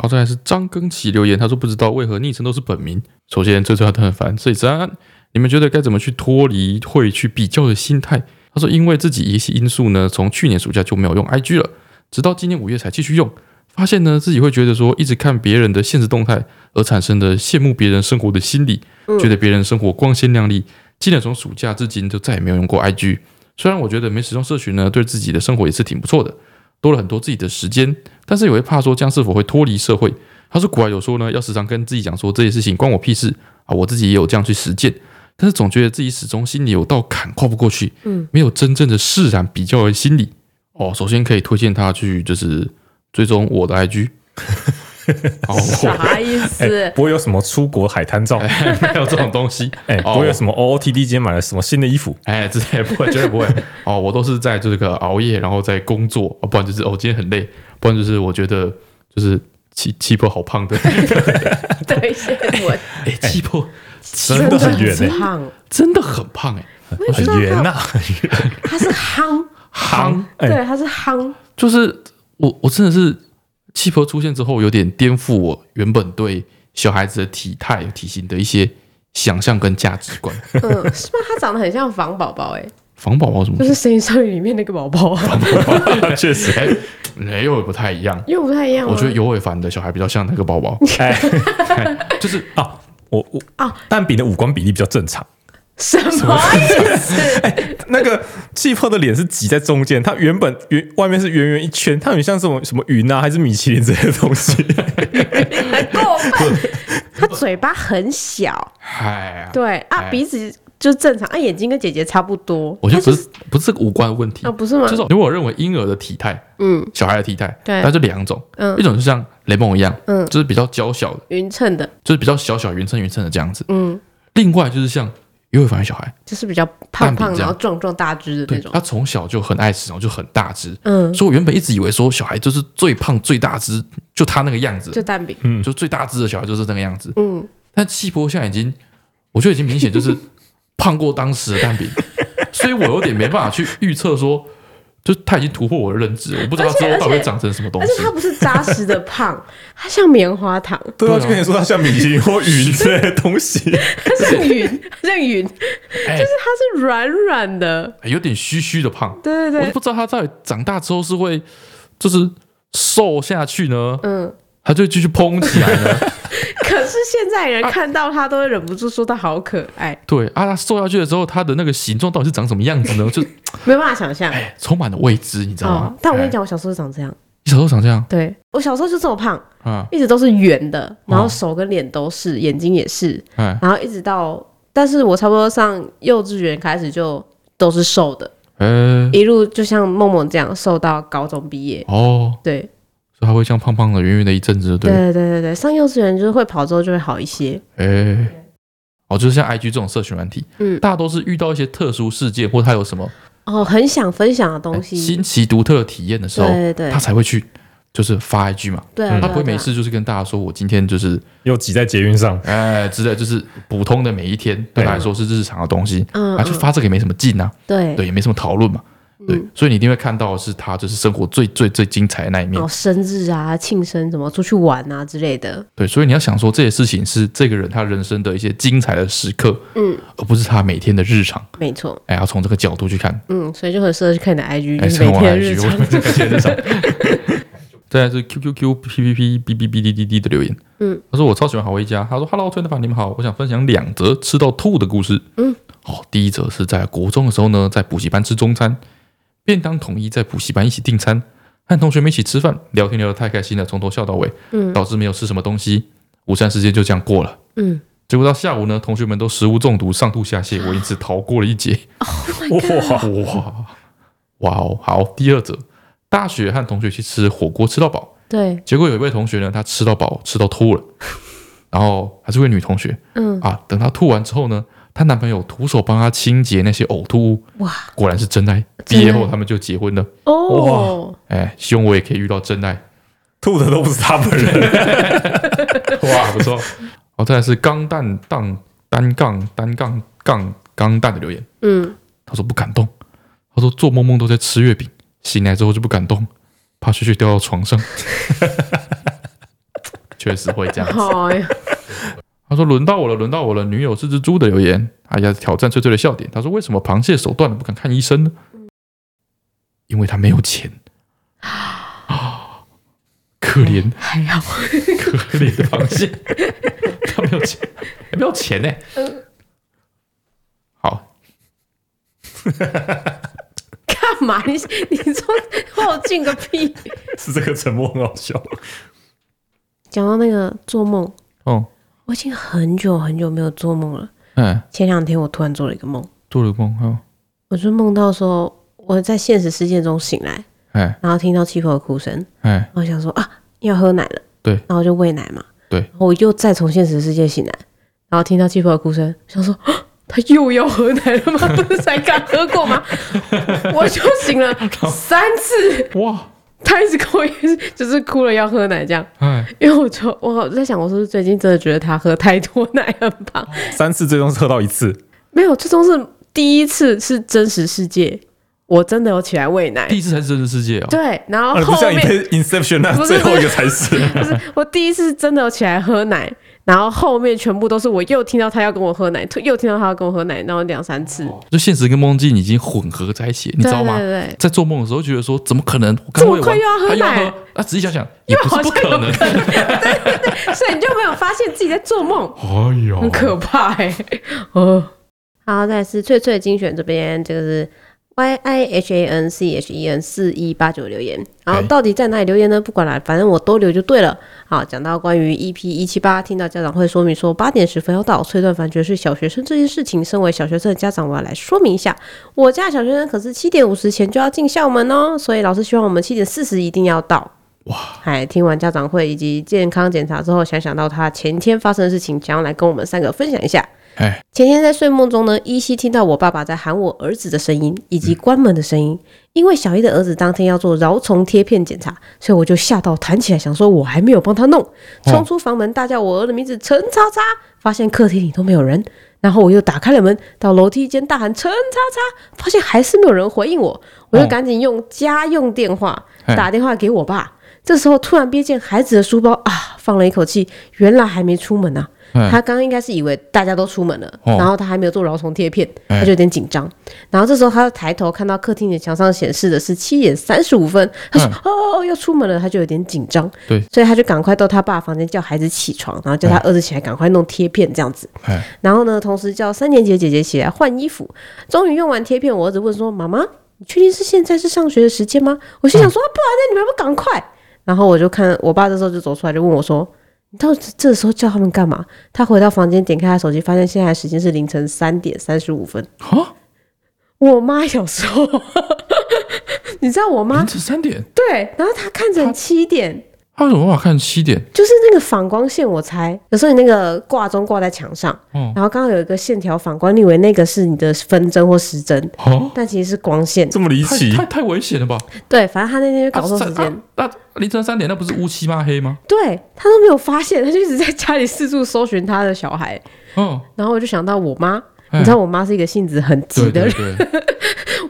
B: 然后再来是张根奇留言，他说不知道为何昵称都是本名。首先，这对他很烦。所以三安，你们觉得该怎么去脱离会去比较的心态？他说，因为自己一些因素呢，从去年暑假就没有用 IG 了，直到今年五月才继续用。发现呢，自己会觉得说，一直看别人的现实动态而产生的羡慕别人生活的心理，
A: 嗯
B: 觉得别人生活光鲜亮丽。今年从暑假至今就再也没有用过 IG，虽然我觉得没使用社群呢，对自己的生活也是挺不错的，多了很多自己的时间，但是也会怕说这样是否会脱离社会。他说古来有说呢，要时常跟自己讲说这些事情关我屁事啊，我自己也有这样去实践，但是总觉得自己始终心里有道坎跨不过去，嗯，没有真正的释然比较的心理。哦，首先可以推荐他去就是追踪我的 IG。哦，我
A: 啥意 思？
C: 哎不会有什么出国海滩照，哎、
B: 没有这种东西，
C: 不会有
B: 哦
C: 什么 OOTD 今天买了什么新的衣服，
B: 哎，这也不会，绝对 不会。哦，我都是在这个熬夜，然后在工作，哦、不然就是哦，今天很累，不然就是我觉得就是气气魄好胖的，
A: 对，我
B: 哎，气魄气
C: 真
B: 魄
C: 的很远欸
A: 胖，
B: 真的很胖哎、
A: 我也不知道
C: 很圆呐、
A: 他他是啊夯，
B: 夯，
C: 哎
A: 对，他是夯，
B: 就是我我真的是气魄出现之后，有点颠覆我原本对小孩子的体态体型的一些想象跟价值观。
A: 嗯，是吗？他长得很像房宝宝，哎，
B: 防宝宝什么
A: 就？是《神隐少女》里面那个宝宝啊，
C: 确实。
B: 哎，没有不太一样。
A: 又不太一样啊吗。
B: 我觉得尤伟凡的小孩比较像那个宝宝，
C: 哎，
B: 就是
C: 啊，我我
A: 啊
C: 啊，蛋饼的五官比例比较正常。
A: 什么意思？
C: 那个气泡的脸是挤在中间，它原本圆外面是圆圆一圈，它很像什么什么云啊，还是米其林之类的东西。
A: 很过分。他嘴巴很小，
B: 嗨 呀，
A: 对啊，
B: 哎
A: 鼻子就正常，啊，眼睛跟姐姐差不多。
B: 我觉得
A: 他
B: 不
A: 就是
B: 不是这个五官的问题
A: 啊，，不是吗
B: 就？是如果我认为婴儿的体态，
A: 嗯，
B: 小孩的体态，
A: 对
B: 那就两种，
A: 嗯
B: 一种就像雷梦一样，
A: 嗯
B: 就是比较娇小的，
A: 匀称的，
B: 就是比较小小匀称匀称的这样子，
A: 嗯，
B: 另外就是像尤伟凡小孩，
A: 就是比较胖
B: 蛋
A: 胖，
B: 饼这
A: 然
B: 样
A: 后壮壮大只的
B: 对啊
A: 那种
B: 他。从小就很爱吃，然后就很大只，
A: 嗯，
B: 所以我原本一直以为说小孩就是最胖最大只，就他那个样子
A: 就，蛋饼。
B: 就最大只的小孩就是那个样子，
A: 嗯，
B: 但气波现在已经，我觉得已经 明显就是胖过当时的蛋饼，所以我有点没办法去预测说，就是他已经突破我的认知，我不知道
A: 而
B: 他
A: 且
B: 之后到底
A: 而
B: 会
A: 且
B: 长成什么东
A: 而
B: 西
A: 且。它不是扎实的 胖，它像棉花糖，
C: 对
B: 对
C: 啊，
B: 啊
C: 就跟你说它像米其林或云之类的东西，
A: 它像云， 它像云，就是
B: 哎、
A: 它是软软的。
B: 有点虚虚的胖，
A: 对
B: 我
A: 对
B: 都
A: 对，
B: 不知道他到底长大之后是会就是瘦下去呢，
A: 嗯。
B: 他就继续膨起来 呢？
A: 可是现在人看到它都会忍不住说它好可爱，
B: 对啊，他瘦下去的时候，他的那个形状到底是长什么样子呢？就
A: 没办法想象。
B: 哎、充满了未知，你知道吗？
A: 哦，但我跟你
B: 哎，
A: 讲，我小时候就长这样。
B: 你小时候长这样
A: 对我小时候就这么胖，
B: 啊？
A: 一直都是圆的，然后
B: 哦
A: 手跟脸都是，眼睛也是，
B: 哎
A: 然后一直到，但是我差不多上幼稚园开始就都是瘦的，
B: 哎
A: 一路就像梦梦这样瘦到高中毕业。
B: 哦，
A: 对，
B: 所以他会像胖胖的、圆圆的一阵子，对
A: 对
B: 了，
A: 对对对，上幼稚园就是会跑之后就会好一些。
B: 哎。哦，就是像 IG 这种社群软体，
A: 嗯
B: 大多是遇到一些特殊事件或他有什么
A: 哦，很想分享的东
B: 哎
A: 西，
B: 新奇独特的体验的时
A: 对
B: 候，
A: 对对
B: 他才会去就是发 IG 嘛，
A: 对啊，
B: 他
A: 对啊
B: 不会
A: 对
B: 没
A: 啊
B: 事就是跟大家说我今天就是
C: 又挤在捷运上，
B: 哎之类，就是普通的每一天对他来说是日常的东西，
A: 嗯，
B: 啊，就
A: 嗯
B: 发这个也没什么劲啊，
A: 对嗯
B: 对，也没什么讨论嘛，对，所以你一定会看到的是他就是生活最最最精彩的那一面
A: 哦，，生日啊、庆生什么、出去玩啊之类的，
B: 对，所以你要想说这些事情是这个人他人生的一些精彩的时刻，
A: 嗯，
B: 而不是他每天的日常，
A: 没错，
B: 哎，要从这个角度去看，
A: 嗯，所以就很适合去看你的 IG，
B: 哎，
A: 就是每
B: 我
A: 天的
B: IG，
A: 日
B: 我
A: 常，
B: 每天的日常。 再啊来是 QQQ、PPP、BBB、DDD 的留言，
A: 嗯，
B: 他说我超喜欢好味家，他说 Hello 推特法你们好，我想分享两则吃到吐的故事，
A: 嗯，
B: 哦，第一则是在国中的时候呢，在补习班吃中餐，便当统一在补习班一起订餐，和同学们一起吃饭，聊天聊得太开心了，从头笑到尾，
A: 嗯
B: 导致没有吃什么东西，午餐时间就这样过了。
A: 嗯，
B: 结果到下午呢，同学们都食物中毒，上吐下泻，我因此逃过了一劫。
C: 哇，
B: 哇哇哦，好，第二则，大学和同学去吃火锅吃到饱，
A: 对，
B: 结果有一位同学呢，她吃到饱吃到吐了，然后还是位女同学
A: 嗯，
B: 啊。等她吐完之后呢，她男朋友徒手帮她清洁那些呕吐物，
A: 哇，
B: 果然是真爱。
A: 真
B: 毕
A: 爱
B: 业后他们就结婚了。
A: 哦，
B: 哎，希望我也可以遇到真爱。
C: 吐的都不是他本人，
B: 哇，不错。 哦，再来是钢蛋当单杠单杠杠钢蛋的留言。
A: 嗯，
B: 他说不敢动，他说做梦梦都在吃月饼，醒来之后就不敢动，怕雪雪掉到床上。 确实会这样子。
A: 好呀，
B: 他说轮到我了，轮到我了。女友是只猪的留言，哎呀，挑战翠翠的笑点。他说为什么螃蟹手断了不敢看医生呢？因为他没有钱。 可怜
A: 哎还好，
B: 可怜的 螃蟹，他没有钱，
C: 哎
B: 没有钱呢、好，
A: 干嘛？你你说后进个屁！
C: 是这个沉默很好笑。
A: 讲到那个做梦，
B: 哦，
A: 我已经很久很久没有做梦了。
B: 嗯，
A: 前两天我突然做了一个梦，
B: 做了个梦，哦，
A: 我就梦到说我在现实世界中醒来，
B: 哎
A: 然后听到气泡的哭声，
B: 哎。
A: 然后想说啊要喝奶了，
B: 对
A: 然后就喂奶嘛，
B: 对
A: 然后我又再从现实世界醒来，然后听到气泡的哭声，想说。啊他又要喝奶了吗？ 不是才刚喝过吗？我就醒 了三次，
B: 哇，
A: 他一直跟我一直就是哭了要喝奶这样，
B: 哎，
A: 因为我就我在想，我是不是最近真的觉得他喝太多奶很棒？
C: 三次最终是喝到一次，
A: 没有，最终是第一次是真实世界，我真的有起来喂奶
B: 第。一次才是真实世界哦。
A: 对，然后
C: 啊，你不
A: 后
C: 像你
A: 面
C: 被 Inception 那
A: 不是
C: 最后一个才是，
A: 不是我第一次是真的有起来喝奶，然后后面全部都是我又听到他要跟我喝奶，突又听到他要跟我喝奶，然后两三次，
C: 哦
B: 就现实跟梦境已经混合在一起，你知
A: 对
B: 道
A: 对
B: 吗？
A: 对，
B: 在做梦的时候觉得说，怎么可能？我刚喂
A: 这么快
B: 完，
A: 又要喝
B: 啊又
A: 奶
B: 要喝，啊，仔细 想想也不是不可能。
A: 对 所以你就没有发现自己在做梦，
B: 哎呦
A: 很可怕哎、 哦，好，再来是翠翠精选这边，这个是 Y I H A N C H E N 四一八九留言。然后
B: 哎
A: 到底在哪里留言呢？不管了，反正我都留就对了。好，讲到关于 EP 一七八，听到家长会说明说八点十分要到，崔段凡爵士小学生这件事情，身为小学生的家长，我要来说明一下。我家小学生可是七点五十前就要进校门哦，所以老师希望我们七点四十一定要到。
B: 哇，
A: 哎，听完家长会以及健康检查之后，想想到他前天发生的事情，想要来跟我们三个分享一下。
B: 哎，
A: 前天在睡梦中呢，依稀听到我爸爸在喊我儿子的声音，以及关门的声音。因为小一的儿子当天要做蛲虫贴片检查，所以我就吓到弹起来，想说我还没有帮他弄，冲出房门大叫我儿的名字陈叉叉，发现客厅里都没有人。然后我又打开了门，到楼梯间大喊“陈叉叉”，发现还是没有人回应我，我就赶紧用家用电话
B: 嘿
A: 打电话给我爸。这时候突然瞥见孩子的书包啊，放了一口气，原来还没出门啊。
B: 嗯
A: 他刚刚应该是以为大家都出门了，
B: 哦
A: 然后他还没有做饶虫贴片，
B: 哎
A: 他就有点紧张。然后这时候他抬头看到客厅的墙上显示的是七点三十五分，他说
B: 嗯：“
A: 哦，要出门了。”他就有点紧张，
B: 对嗯
A: 所以他就赶快到他爸房间叫孩子起床，然后叫他儿子起来赶快弄贴片这样子。
B: 哎，
A: 然后呢，同时叫三年级的姐姐起来换衣服。终于用完贴片，我儿子问说：“妈妈，你确定是现在是上学的时间吗？”我心想说：“啊不然呢？你们还不赶快？”然后我就看我爸这时候就走出来，就问我说：“你到底这时候叫他们干嘛？”他回到房间，点开他手机，发现现在的时间是凌晨三点三十五分。
B: 哈，
A: 啊我妈有时候， 你知道我妈
B: 凌晨三点，
A: 对，然后她看成七点，
B: 他有什么办法看七点？
A: 就是那个反光线，我猜有时候你那个挂钟挂在墙上，
B: 哦
A: 然后刚好有一个线条反光，你以为那个是你的分针或时针，
B: 哦，
A: 但其实是光线。
C: 这么离
B: 太
C: 奇
B: 太，太危险了吧？
A: 对，反正他那天就
B: 啊
A: 搞错时
B: 三
A: 间，
B: 啊那凌晨三点，那不是乌漆嘛黑吗？
A: 对他都没有发现，他就一直在家里四处搜寻他的小孩。
B: 嗯，
A: 然后我就想到我妈，
B: 哎
A: 你知道我妈是一个性子很急
B: 对
A: 的
B: 对
A: 人，
B: 对，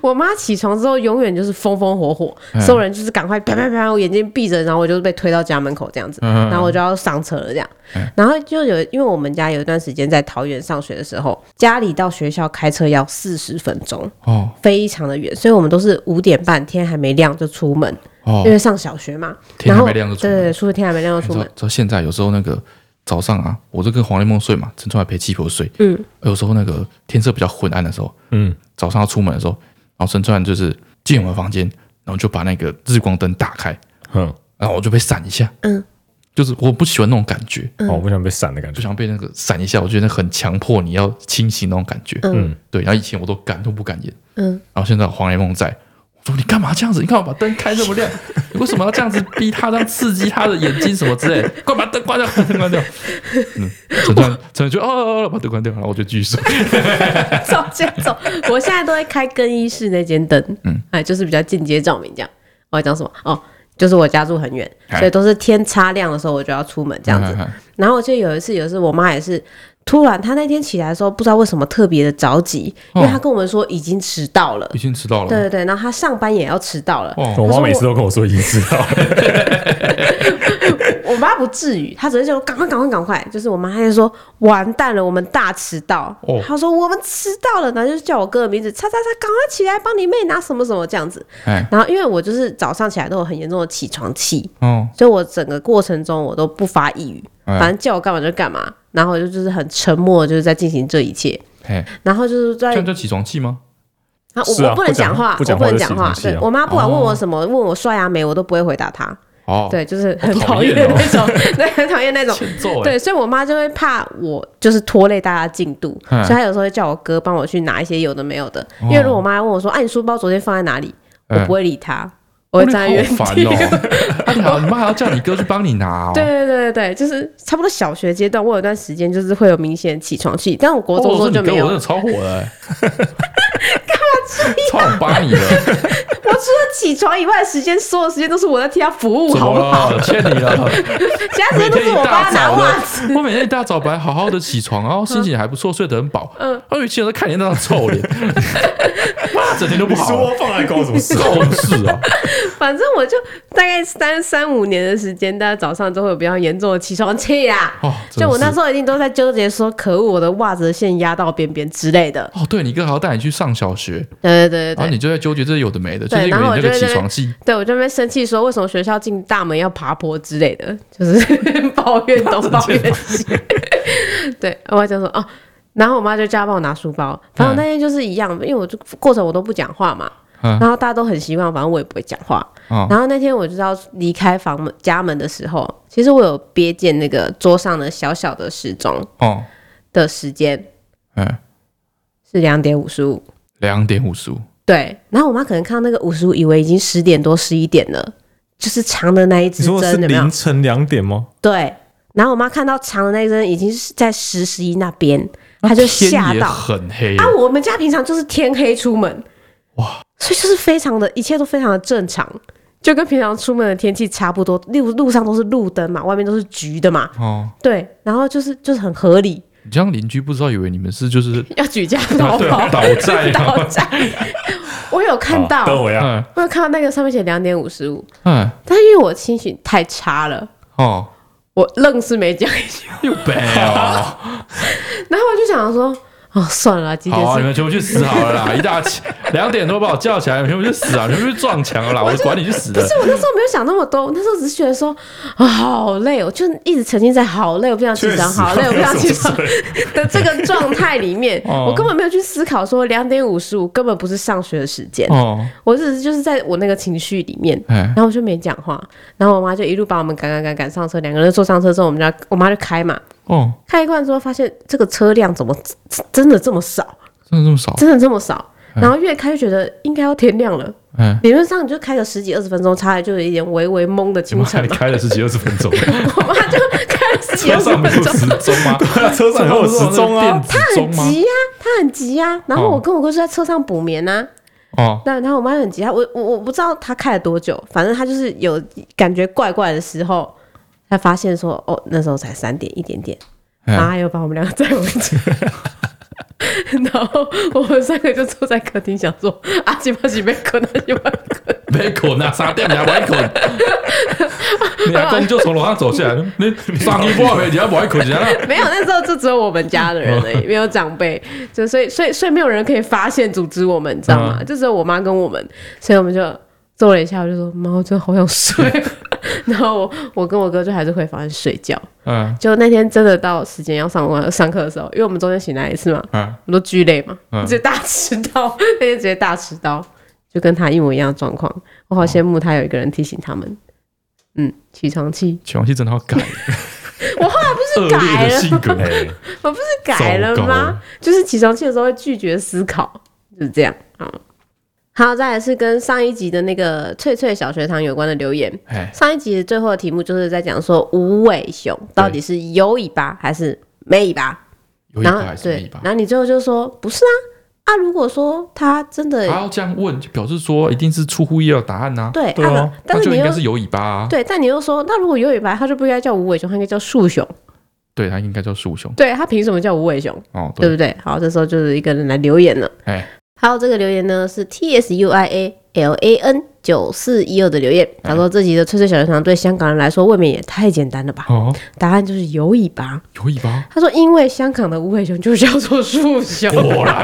A: 我妈起床之后永远就是风风火火，
B: 哎
A: 所有人就是赶快啪啪啪，我眼睛闭着，然后我就被推到家门口这样子，
B: 嗯
A: 然后我就要上车了这样
B: 嗯。
A: 然后就有，因为我们家有一段时间在桃园上学的时候，家里到学校开车要四十分钟。
B: 哦
A: 非常的远，所以我们都是五点半天还没亮就出门，
B: 哦
A: 因，为上小学嘛。
B: 天
A: 然
B: 还
A: 后
B: 没亮就出门
A: 对对，出天还没亮就
B: 你
A: 出
B: 知道
A: 门。
B: 知道现在有时候那个早上啊，我就跟黄连梦睡嘛，陈川还陪七婆睡。
A: 嗯，
B: 有时候那个天色比较昏暗的时候，
C: 嗯，
B: 早上要出门的时候，然后陈川就是进我们房间，然后就把那个日光灯打开，
C: 嗯，
B: 然后我就被闪一下。
A: 嗯，
B: 就是我不喜欢那种感觉，
C: 哦，我不想被闪的感
B: 就
C: 觉，
B: 想被那个闪一下，我觉得那很强迫你要清醒那种感觉。
A: 嗯
B: 对，然后以前我都敢都不敢演，
A: 嗯，
B: 然后现在有黄连梦在。我说你干嘛这样子？你看我把灯开这么亮， 你为什么要这样子逼他，这样刺激他的眼睛什么之类的？快把灯关掉，把灯关掉。 嗯，陈川，陈川就哦哦哦，把灯关掉，然后我就继续睡。 嗯
A: 照先走。我现在都会开更衣室那间灯，
B: 嗯
A: 嗯，哎，就是比较间接照明这样。我要讲什么？哦，就是我家住很远，
B: 哎
A: 所以都是天擦亮的时候我就要出门这样子。
B: 嗯
A: 然后我记得有一次，有一次我妈也是突然，她那天起来的时候不知道为什么特别的着急，因为
B: 哦
A: 她跟我们说已经迟到了
B: 已。经迟到了。
A: 对对对，然后她上班也要迟到了，嗯
B: 哦，
C: 我
A: 可是
C: 妈
A: 我
C: 每次都跟我说已经知道 了，
A: 我妈不至于，她只是说赶快赶快赶快，就是我妈她就说完蛋了，我们大迟到。
B: 哦
A: 她说我们迟到了，然后就叫我哥的名字，叉叉叉，赶快起来帮你妹拿什么什么这样子。
B: 哎，
A: 然后因为我就是早上起来都有很严重的起床气，
B: 哦，
A: 所以我整个过程中我都不发一语，
B: 哎
A: 反正叫我干嘛就干嘛，然后我就就是很沉默，就是在进行这一切，
B: 哎，
A: 然后就是在
B: 这样叫起床气吗？
A: 啊，
C: 是
A: 我
C: 啊
A: 我不能
C: 不讲
A: 讲话，
C: 不
A: 我
C: 讲
A: 不
C: 话
A: 能
C: 就
A: 讲
C: 起
A: 话
C: 床，气
A: 对
C: 啊
A: 我妈不管问
B: 哦
A: 我什么，问我刷牙没，我都不会回答她，
B: 哦，，
A: 对，就是很
B: 好讨
A: 讨
B: 厌
A: 厌
B: 哦
A: 那种， 对，很讨厌那种。
B: 欠揍哎。
A: 对，所以我妈就会怕我就是拖累大家进度，
B: 嗯
A: 所以她有时候会叫我哥帮我去拿一些有的没有的。因为如果我妈问我说：“哎、你书包昨天放在哪里？”
B: 嗯
A: 我不会理她，我会站在原
B: 好烦
A: 地。
B: 哦！ 啊，你好，你妈还要叫你哥去帮你拿哦。
A: 对对对对对，就是差不多小学阶段，我有段时间就是会有明显起床气，但我国
B: 哦，
A: 中的时
B: 说
A: 候
B: 你
A: 就
B: 哥
A: 没
B: 我
A: 有
B: 真
A: 了。
B: 的超火 的 欸，超想扒你的。
A: 我除了起床以外的时间，所有时间都是我在替她服务，
B: 怎
A: 好
B: 么
A: 不 好？
B: 了？欠你了！
A: 其他时间
B: 每
A: 都
B: 天
A: 是
B: 一
A: 我帮
B: 大
A: 她拿
B: 早
A: 袜
B: 的
A: 子。，
B: 我每天一大早本来好好的起床，然后心情也还不错，睡得很饱。嗯，然后有些人都看你那张 臭脸，妈，整天都不好，啊
C: 放来关我什么事
B: 重视啊！
A: 反正我就大概三三五年的时间，大家早上都会有比较严重的起床气啊。
B: 哦，真 的
A: 就我那
B: 是
A: 时候一定都在纠结说，可恶，我的袜子的线压到边边之类的。
B: 哦，对你哥还要带你去上小学，
A: 对对对
B: 然后
A: 对
B: 你
A: 对，
B: 就在纠结这有的没的，就
A: 对
B: 是因为
A: 然后我
B: 你那
A: 就
B: 个
A: 会
B: 起
A: 在
B: 床气。
A: 对我就在那边生气说，为什么学校进大门要爬坡之类的，就是 抱怨东抱怨西。 对，我还想说哦。然后我妈就叫她帮我拿书包，然后那天就是一样，因为我就过程我都不讲话嘛，
B: 嗯
A: 然后大家都很习惯，反正我也不会讲话，
B: 啊，
A: 然后那天我就是要离开房门家门的时候，其实我有瞥见那个桌上的小小的时钟
B: 哦，
A: 的时间
B: 哎，
A: 是两点五十五。
B: 两点五十五，
A: 对，然后我妈可能看到那个五十五，以为已经十点多、十一点了，就是长的那一
C: 你
A: 支
C: 说的是
A: 针，有没有
C: 凌？晨两点吗？
A: 对。然后我妈看到长的那一针已经是在十十一那边，她就
B: 天
A: 吓
B: 也
A: 到。
B: 很黑
A: 啊，我们家平常就是天黑出门，
B: 哇，
A: 所以就是非常的，一切都非常的正常，就跟平常出门的天气差不多。路路上都是路灯嘛，外面都是橘的嘛，
B: 哦。
A: 对，然后就是就是很合理。
B: 你这样邻居不知道以为你们是就是
A: 要举家逃
C: 对
A: 跑，
C: 倒 债啊
A: 倒债。我有看到，
C: 等我呀，
B: 嗯
A: 我有看到那个上面写两点五十五，
B: 嗯
A: 但是因为我清醒太差了，
B: 哦，
A: 我愣是没讲一句。
B: 又背 哦，
A: 然后我就想说，哦，算了啦，几
B: 好
A: 点
B: 啊，你
A: 是？
B: 们全部去死好了 啦！一大起两点多把我叫起来，你们全部去死啊！你们全部去撞墙了啦！我管你去死
A: 不
B: 的
A: 是我那时候没有想那么多，我那时候只是觉得说啊好累，我就一直沉浸在好累，我不想起
C: 确实
A: 床，好累，我不想起床
C: 没有什么事
A: 的这个状态里面，
B: 哦
A: 我根本没有去思考说两点五十五根本不是上学的时间，
B: 哦，
A: 我只是就是在我那个情绪里面，
B: 哎
A: 然，后我就没讲话，然后我妈就一路把我们赶赶赶赶上车，两个人坐上车之后，我们家我妈就开嘛，
B: 哦，
A: 开一罐之后发现这个车辆怎么真真的这么少，
B: 真的这么少？
A: 真的这么少，然后越开越觉得应该要天亮了，
B: 哎，
A: 理论上你就开个十几二十分钟，差就有一点微微懵的
B: 你
A: 清
B: 们
A: 晨
B: 还
A: 嘛，
B: 开了十几二十分 钟，
A: 我妈 就开了十几
B: 车
A: 二十
B: 上没
A: 分
B: 有
A: 钟。
B: 时钟 吗？
C: 车上有时 钟啊，
A: 她
B: 他
A: 很急哦呀、她很急呀、然后我跟我哥就在车上补眠呐、
B: 哦，
A: 但然后我妈就很急，她我我我不知道她开了多久，反正她就是有感觉怪怪的时候，她发现说哦那时候才三点一点点，
B: 嗯
A: 然后她又把我们两个载回家。 然后我们三个就坐在客厅，想说啊阿基巴西被困，阿基巴困。
B: 没捆啊，啥店你还没 捆？你阿公就从楼上走下来，你你上一波没？你还没捆人啊？
A: 没有，那时候就只有我们家的人而 已，没有长辈，就所以所以所以没有人可以发现组织我们，你知道吗？
B: 嗯
A: 就只有我妈跟我们，所以我们就坐了一下，我就说妈，我真的好想睡。 然后我我跟我哥就还是回房间睡觉。
B: 嗯
A: 就那天真的到时间要上班上课的时候，因为我们中间醒来一次嘛，
B: 嗯，
A: 我们都巨累嘛，
B: 嗯
A: 直接大迟到， 那天直接大迟到，就跟他一模一样的状况。我好羡慕他有一个人提醒他们，嗯，起床气。
B: 起床气真的要改，
A: 我后来不
B: 恶
A: 是改
B: 劣的
A: 了
B: 性格。
C: 哎
A: 我不是改了
B: 糟
A: 吗
B: 糕？
A: 就是起床气的时候会拒绝思考，就是这样啊。好，再来是跟上一集的那个翠翠小学堂有关的留言。
B: 哎，
A: 上一集的最后的题目就是在讲说无尾熊到底是有尾巴还是没尾巴，
B: 有一
A: 然后
B: 把还是没一
A: 对
B: 把，
A: 然？后你最后就说不是啊啊，如果说它真的、
B: 他要这样问，就表示说一定是出乎意料的答案呐、
A: 对，
C: 对啊
B: 那
A: 但是
B: 就
A: 你
B: 应该
A: 又
B: 是有尾巴、啊，
A: 对，但你又说那如果有尾巴，它就不应该叫无尾熊，它应该叫树熊，
B: 对，他应该叫树熊
A: 对，它凭什么叫无尾熊，
B: 哦，
A: 对
B: 对，
A: 不对？好，这时候就是一个人来留言了。
B: 哎，
A: 还有这个留言呢是 T S U I A L A N 九四一二的留言，他说这集的脆脆小学堂对香港人来说未免也太简单了吧？
B: 哦，
A: 答案就是有尾巴。
B: 有尾巴，
A: 他说因为香港的无尾熊就叫做树熊，
B: 果然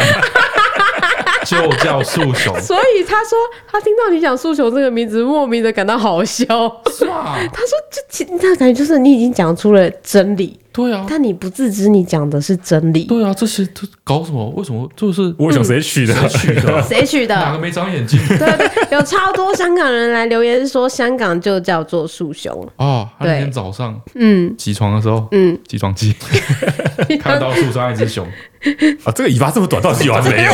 B: 就叫树熊，
A: 所以他说他听到你讲树熊这个名字，莫名的感到好 笑。
B: 哇，
A: 他说这其那感觉就是你已经讲出了真理，
B: 对啊，
A: 但你不自知你讲的是真理。
B: 对啊，这些都搞什么？为什么就是
C: 我想谁取的？
B: 取的啊？
A: 谁取
B: 哪
A: 的
B: 个？没长眼睛？
A: 对对，有超多香港人来留言说香港就叫做树熊。
B: 哦，他那天
A: 对
B: 早上
A: 嗯
B: 起床的时候，
A: 嗯，
B: 起 床气看到树上一只熊，
C: 啊，这个尾巴这么短，到底有还是没有？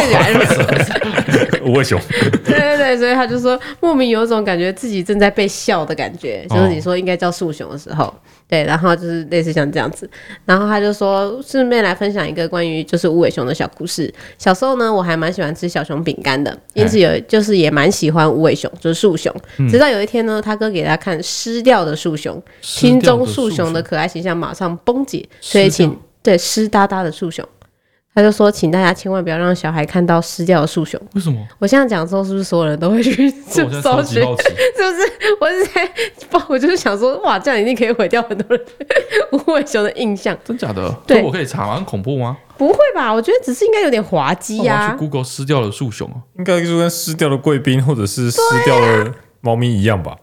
C: 无尾熊，
A: 对对对，所以他就说莫名有一种感觉自己正在被笑的感觉，
B: 哦
A: 就是你说应该叫树熊的时候，对，然后就是类似像这样子，然后他就说顺便来分享一个关于就是无尾熊的小故事。小时候呢，我还蛮喜欢吃小熊饼干的，因此
B: 哎
A: 有就是也蛮喜欢无尾熊，就是树熊。
B: 嗯
A: 直到有一天呢，他哥给他看湿掉的树熊，
B: 湿
A: 心
B: 掉
A: 中
B: 的
A: 树
B: 树
A: 熊的
B: 熊
A: 可爱形象马上崩解，所以
B: 湿掉
A: 请对湿哒哒的树熊。他就说，请大家千万不要让小孩看到湿掉的树熊。
B: 为 什么？
A: 我现在讲的时候，是不是所有人都会去
B: 这我现在超
A: 搜
B: 级
A: 寻？
B: 好奇，
A: 是不是？我是在，不， 我就是想说，哇，这样一定可以毁掉很多人 对无尾熊的印象。
B: 真假的？
A: 对
B: 这我可以查吗？很恐怖吗？
A: 不会吧？我觉得只是应该有点滑稽啊
B: 哦那我要
A: 呀、
B: 去 Google 撕掉的树熊哦，
C: 应该就跟湿掉的贵宾或者是湿掉的猫咪一样吧？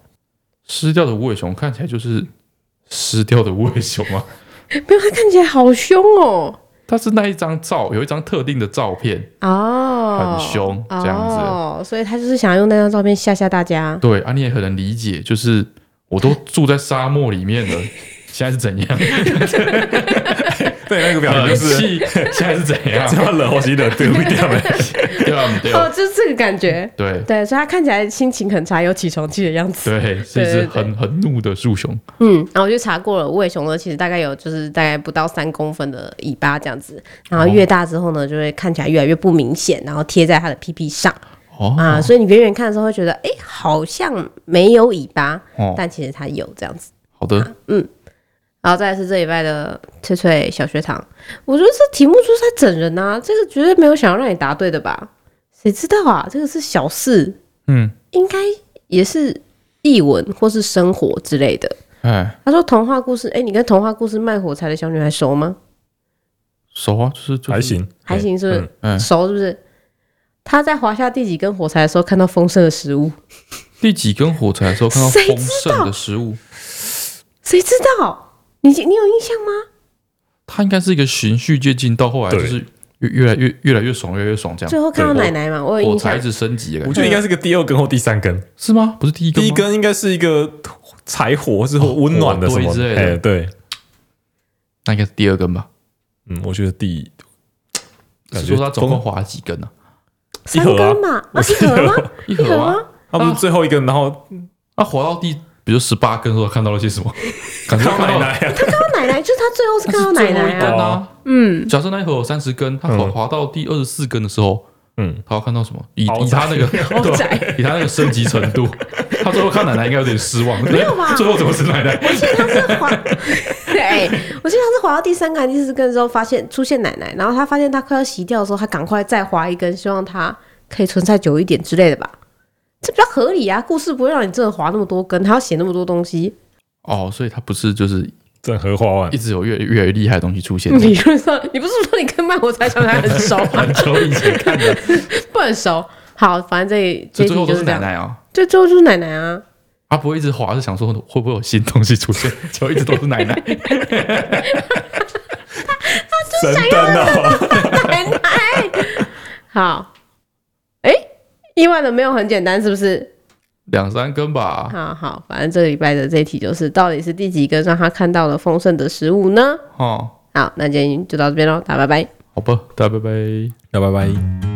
B: 湿掉的无尾熊看起来就是湿掉的无尾熊啊。
A: 没有，它看起来好凶哦。
B: 它是那一张照，有一张特定的照片，
A: 哦，
B: 很凶这样子
A: 哦，所以他就是想用那张照片吓吓大家。
B: 对啊，你也很能理解，就是我都住在沙漠里面了， 现在是怎样？
C: 对，那个表情
B: 冷
C: 就是
B: 呃气现在是怎样
C: 这？ 么冷，我洗冷对不掉没？
B: 对啊，对
A: 哦，
B: 啊，
A: 就是这个感觉。
B: 对
A: 对，所以他看起来心情很差，有起床气的样子。
B: 对，是一
A: 对
B: 只
A: 对
B: 很很怒的树熊，
A: 嗯，然后我就查过了，无尾熊呢其实大概有就是大概不到三公分的尾巴这样子，然后越大之后呢，就会看起来越来越不明显，然后贴在它的屁屁上
B: 哦
A: 啊，所以你远远看的时候会觉得，哎、好像没有尾巴，
B: 哦，
A: 但其实它有这样子。
B: 好的，
A: 然后再来是这礼拜的翠翠小学堂，我觉得这题目就是在整人啊，这个绝对没有想要让你答对的吧？谁知道啊？这个是小事，
C: 嗯，
A: 应该也是译文或是生活之类的。
B: 哎，
A: 他说童话故事，哎、你跟童话故事卖火柴的小女孩熟吗？
B: 熟啊，就是就是
C: 还行，
A: 还行，是不是？
B: 嗯，
A: 熟是不是？他在滑下第几根火柴的时候看到丰盛的食物，
B: 第几根火柴的时候看到
A: 谁知道
B: 丰盛的食物，
A: 谁知道？你你有印象吗？
B: 它应该是一个循序渐进，到后来就
C: 对
B: 是越越来越越来越爽，越来越爽这样。
A: 最后看到
B: 啊对
A: 奶奶嘛，我有
B: 火
A: 印
B: 柴
A: 象
B: 一。直升级的感
C: 我
B: 觉，
C: 觉得应该是个第二根或第三根，
B: 是吗？不是第一根吗，
C: 嗯第一根应该是一个柴火，是温暖的什么
B: 火堆之类的
C: 哎，对，
B: 那应该是第二根吧？
C: 嗯，我觉得第感
B: 是
C: 觉
B: 说它总共划几根啊呢？
A: 三根嘛，啊，一盒吗？
B: 一
A: 一盒
B: 盒啊，
A: 吗？
C: 他们最后一根，然后
B: 那划啊到第比如十八根的时候看到了些什 么？感
C: 看
B: 觉
C: 到奶奶啊，
A: 看到奶奶，就是他最后是看到奶奶
B: 根
A: 啊。
B: 啊。
A: 嗯，
B: 假设那一盒有三十根，它划
C: 嗯
B: 划到第二十四根的时候，
C: 嗯，
B: 他要看到什么？以
C: 豪
B: 以
C: 宅
B: 他那个
A: 哦
B: 对吧
A: 宅
B: 以他那个升级程 度，他最后看奶奶应该有点失望。没
A: 有吧
B: 最后怎么是奶 奶？
A: 记得他是滑， 对，我记得他是滑到第三根、还是第四根的时候，发现出现奶奶，然后他发现他快要洗掉的时候，他赶快再滑一根，希望它可以存在久一点之类的吧。这比较合理啊，故事不会让你真的滑那么多根，还要写那么多东 西。
B: 哦，所以他不是就是
C: 整盒花完
B: 一，直有越越来越厉害的东西出现。
A: 理论上，你不是说你跟卖火柴小女孩很熟吗？
B: 很久以前看的，
A: 不很熟。好，反正这
B: 所
A: 这
B: 以
A: 一
B: 最后
A: 题
B: 都
A: 就是是这样。
B: 奶奶啊。
A: 对，最后就是奶奶啊。
B: 他不会一直滑，是想说会不会有新东西出现， 结果一直都是奶奶。
C: 神灯啊，
A: 奶奶。好，哎、意外的没有很简单，是不是？
B: 两三根吧，
A: 好好，反正这个礼拜的这一题就是，到底是第几个让他看到了丰盛的食物呢？
B: 哦，
A: 好，那今天就到这边喽，大家拜拜。
B: 好吧，大家拜拜。
C: 那拜拜。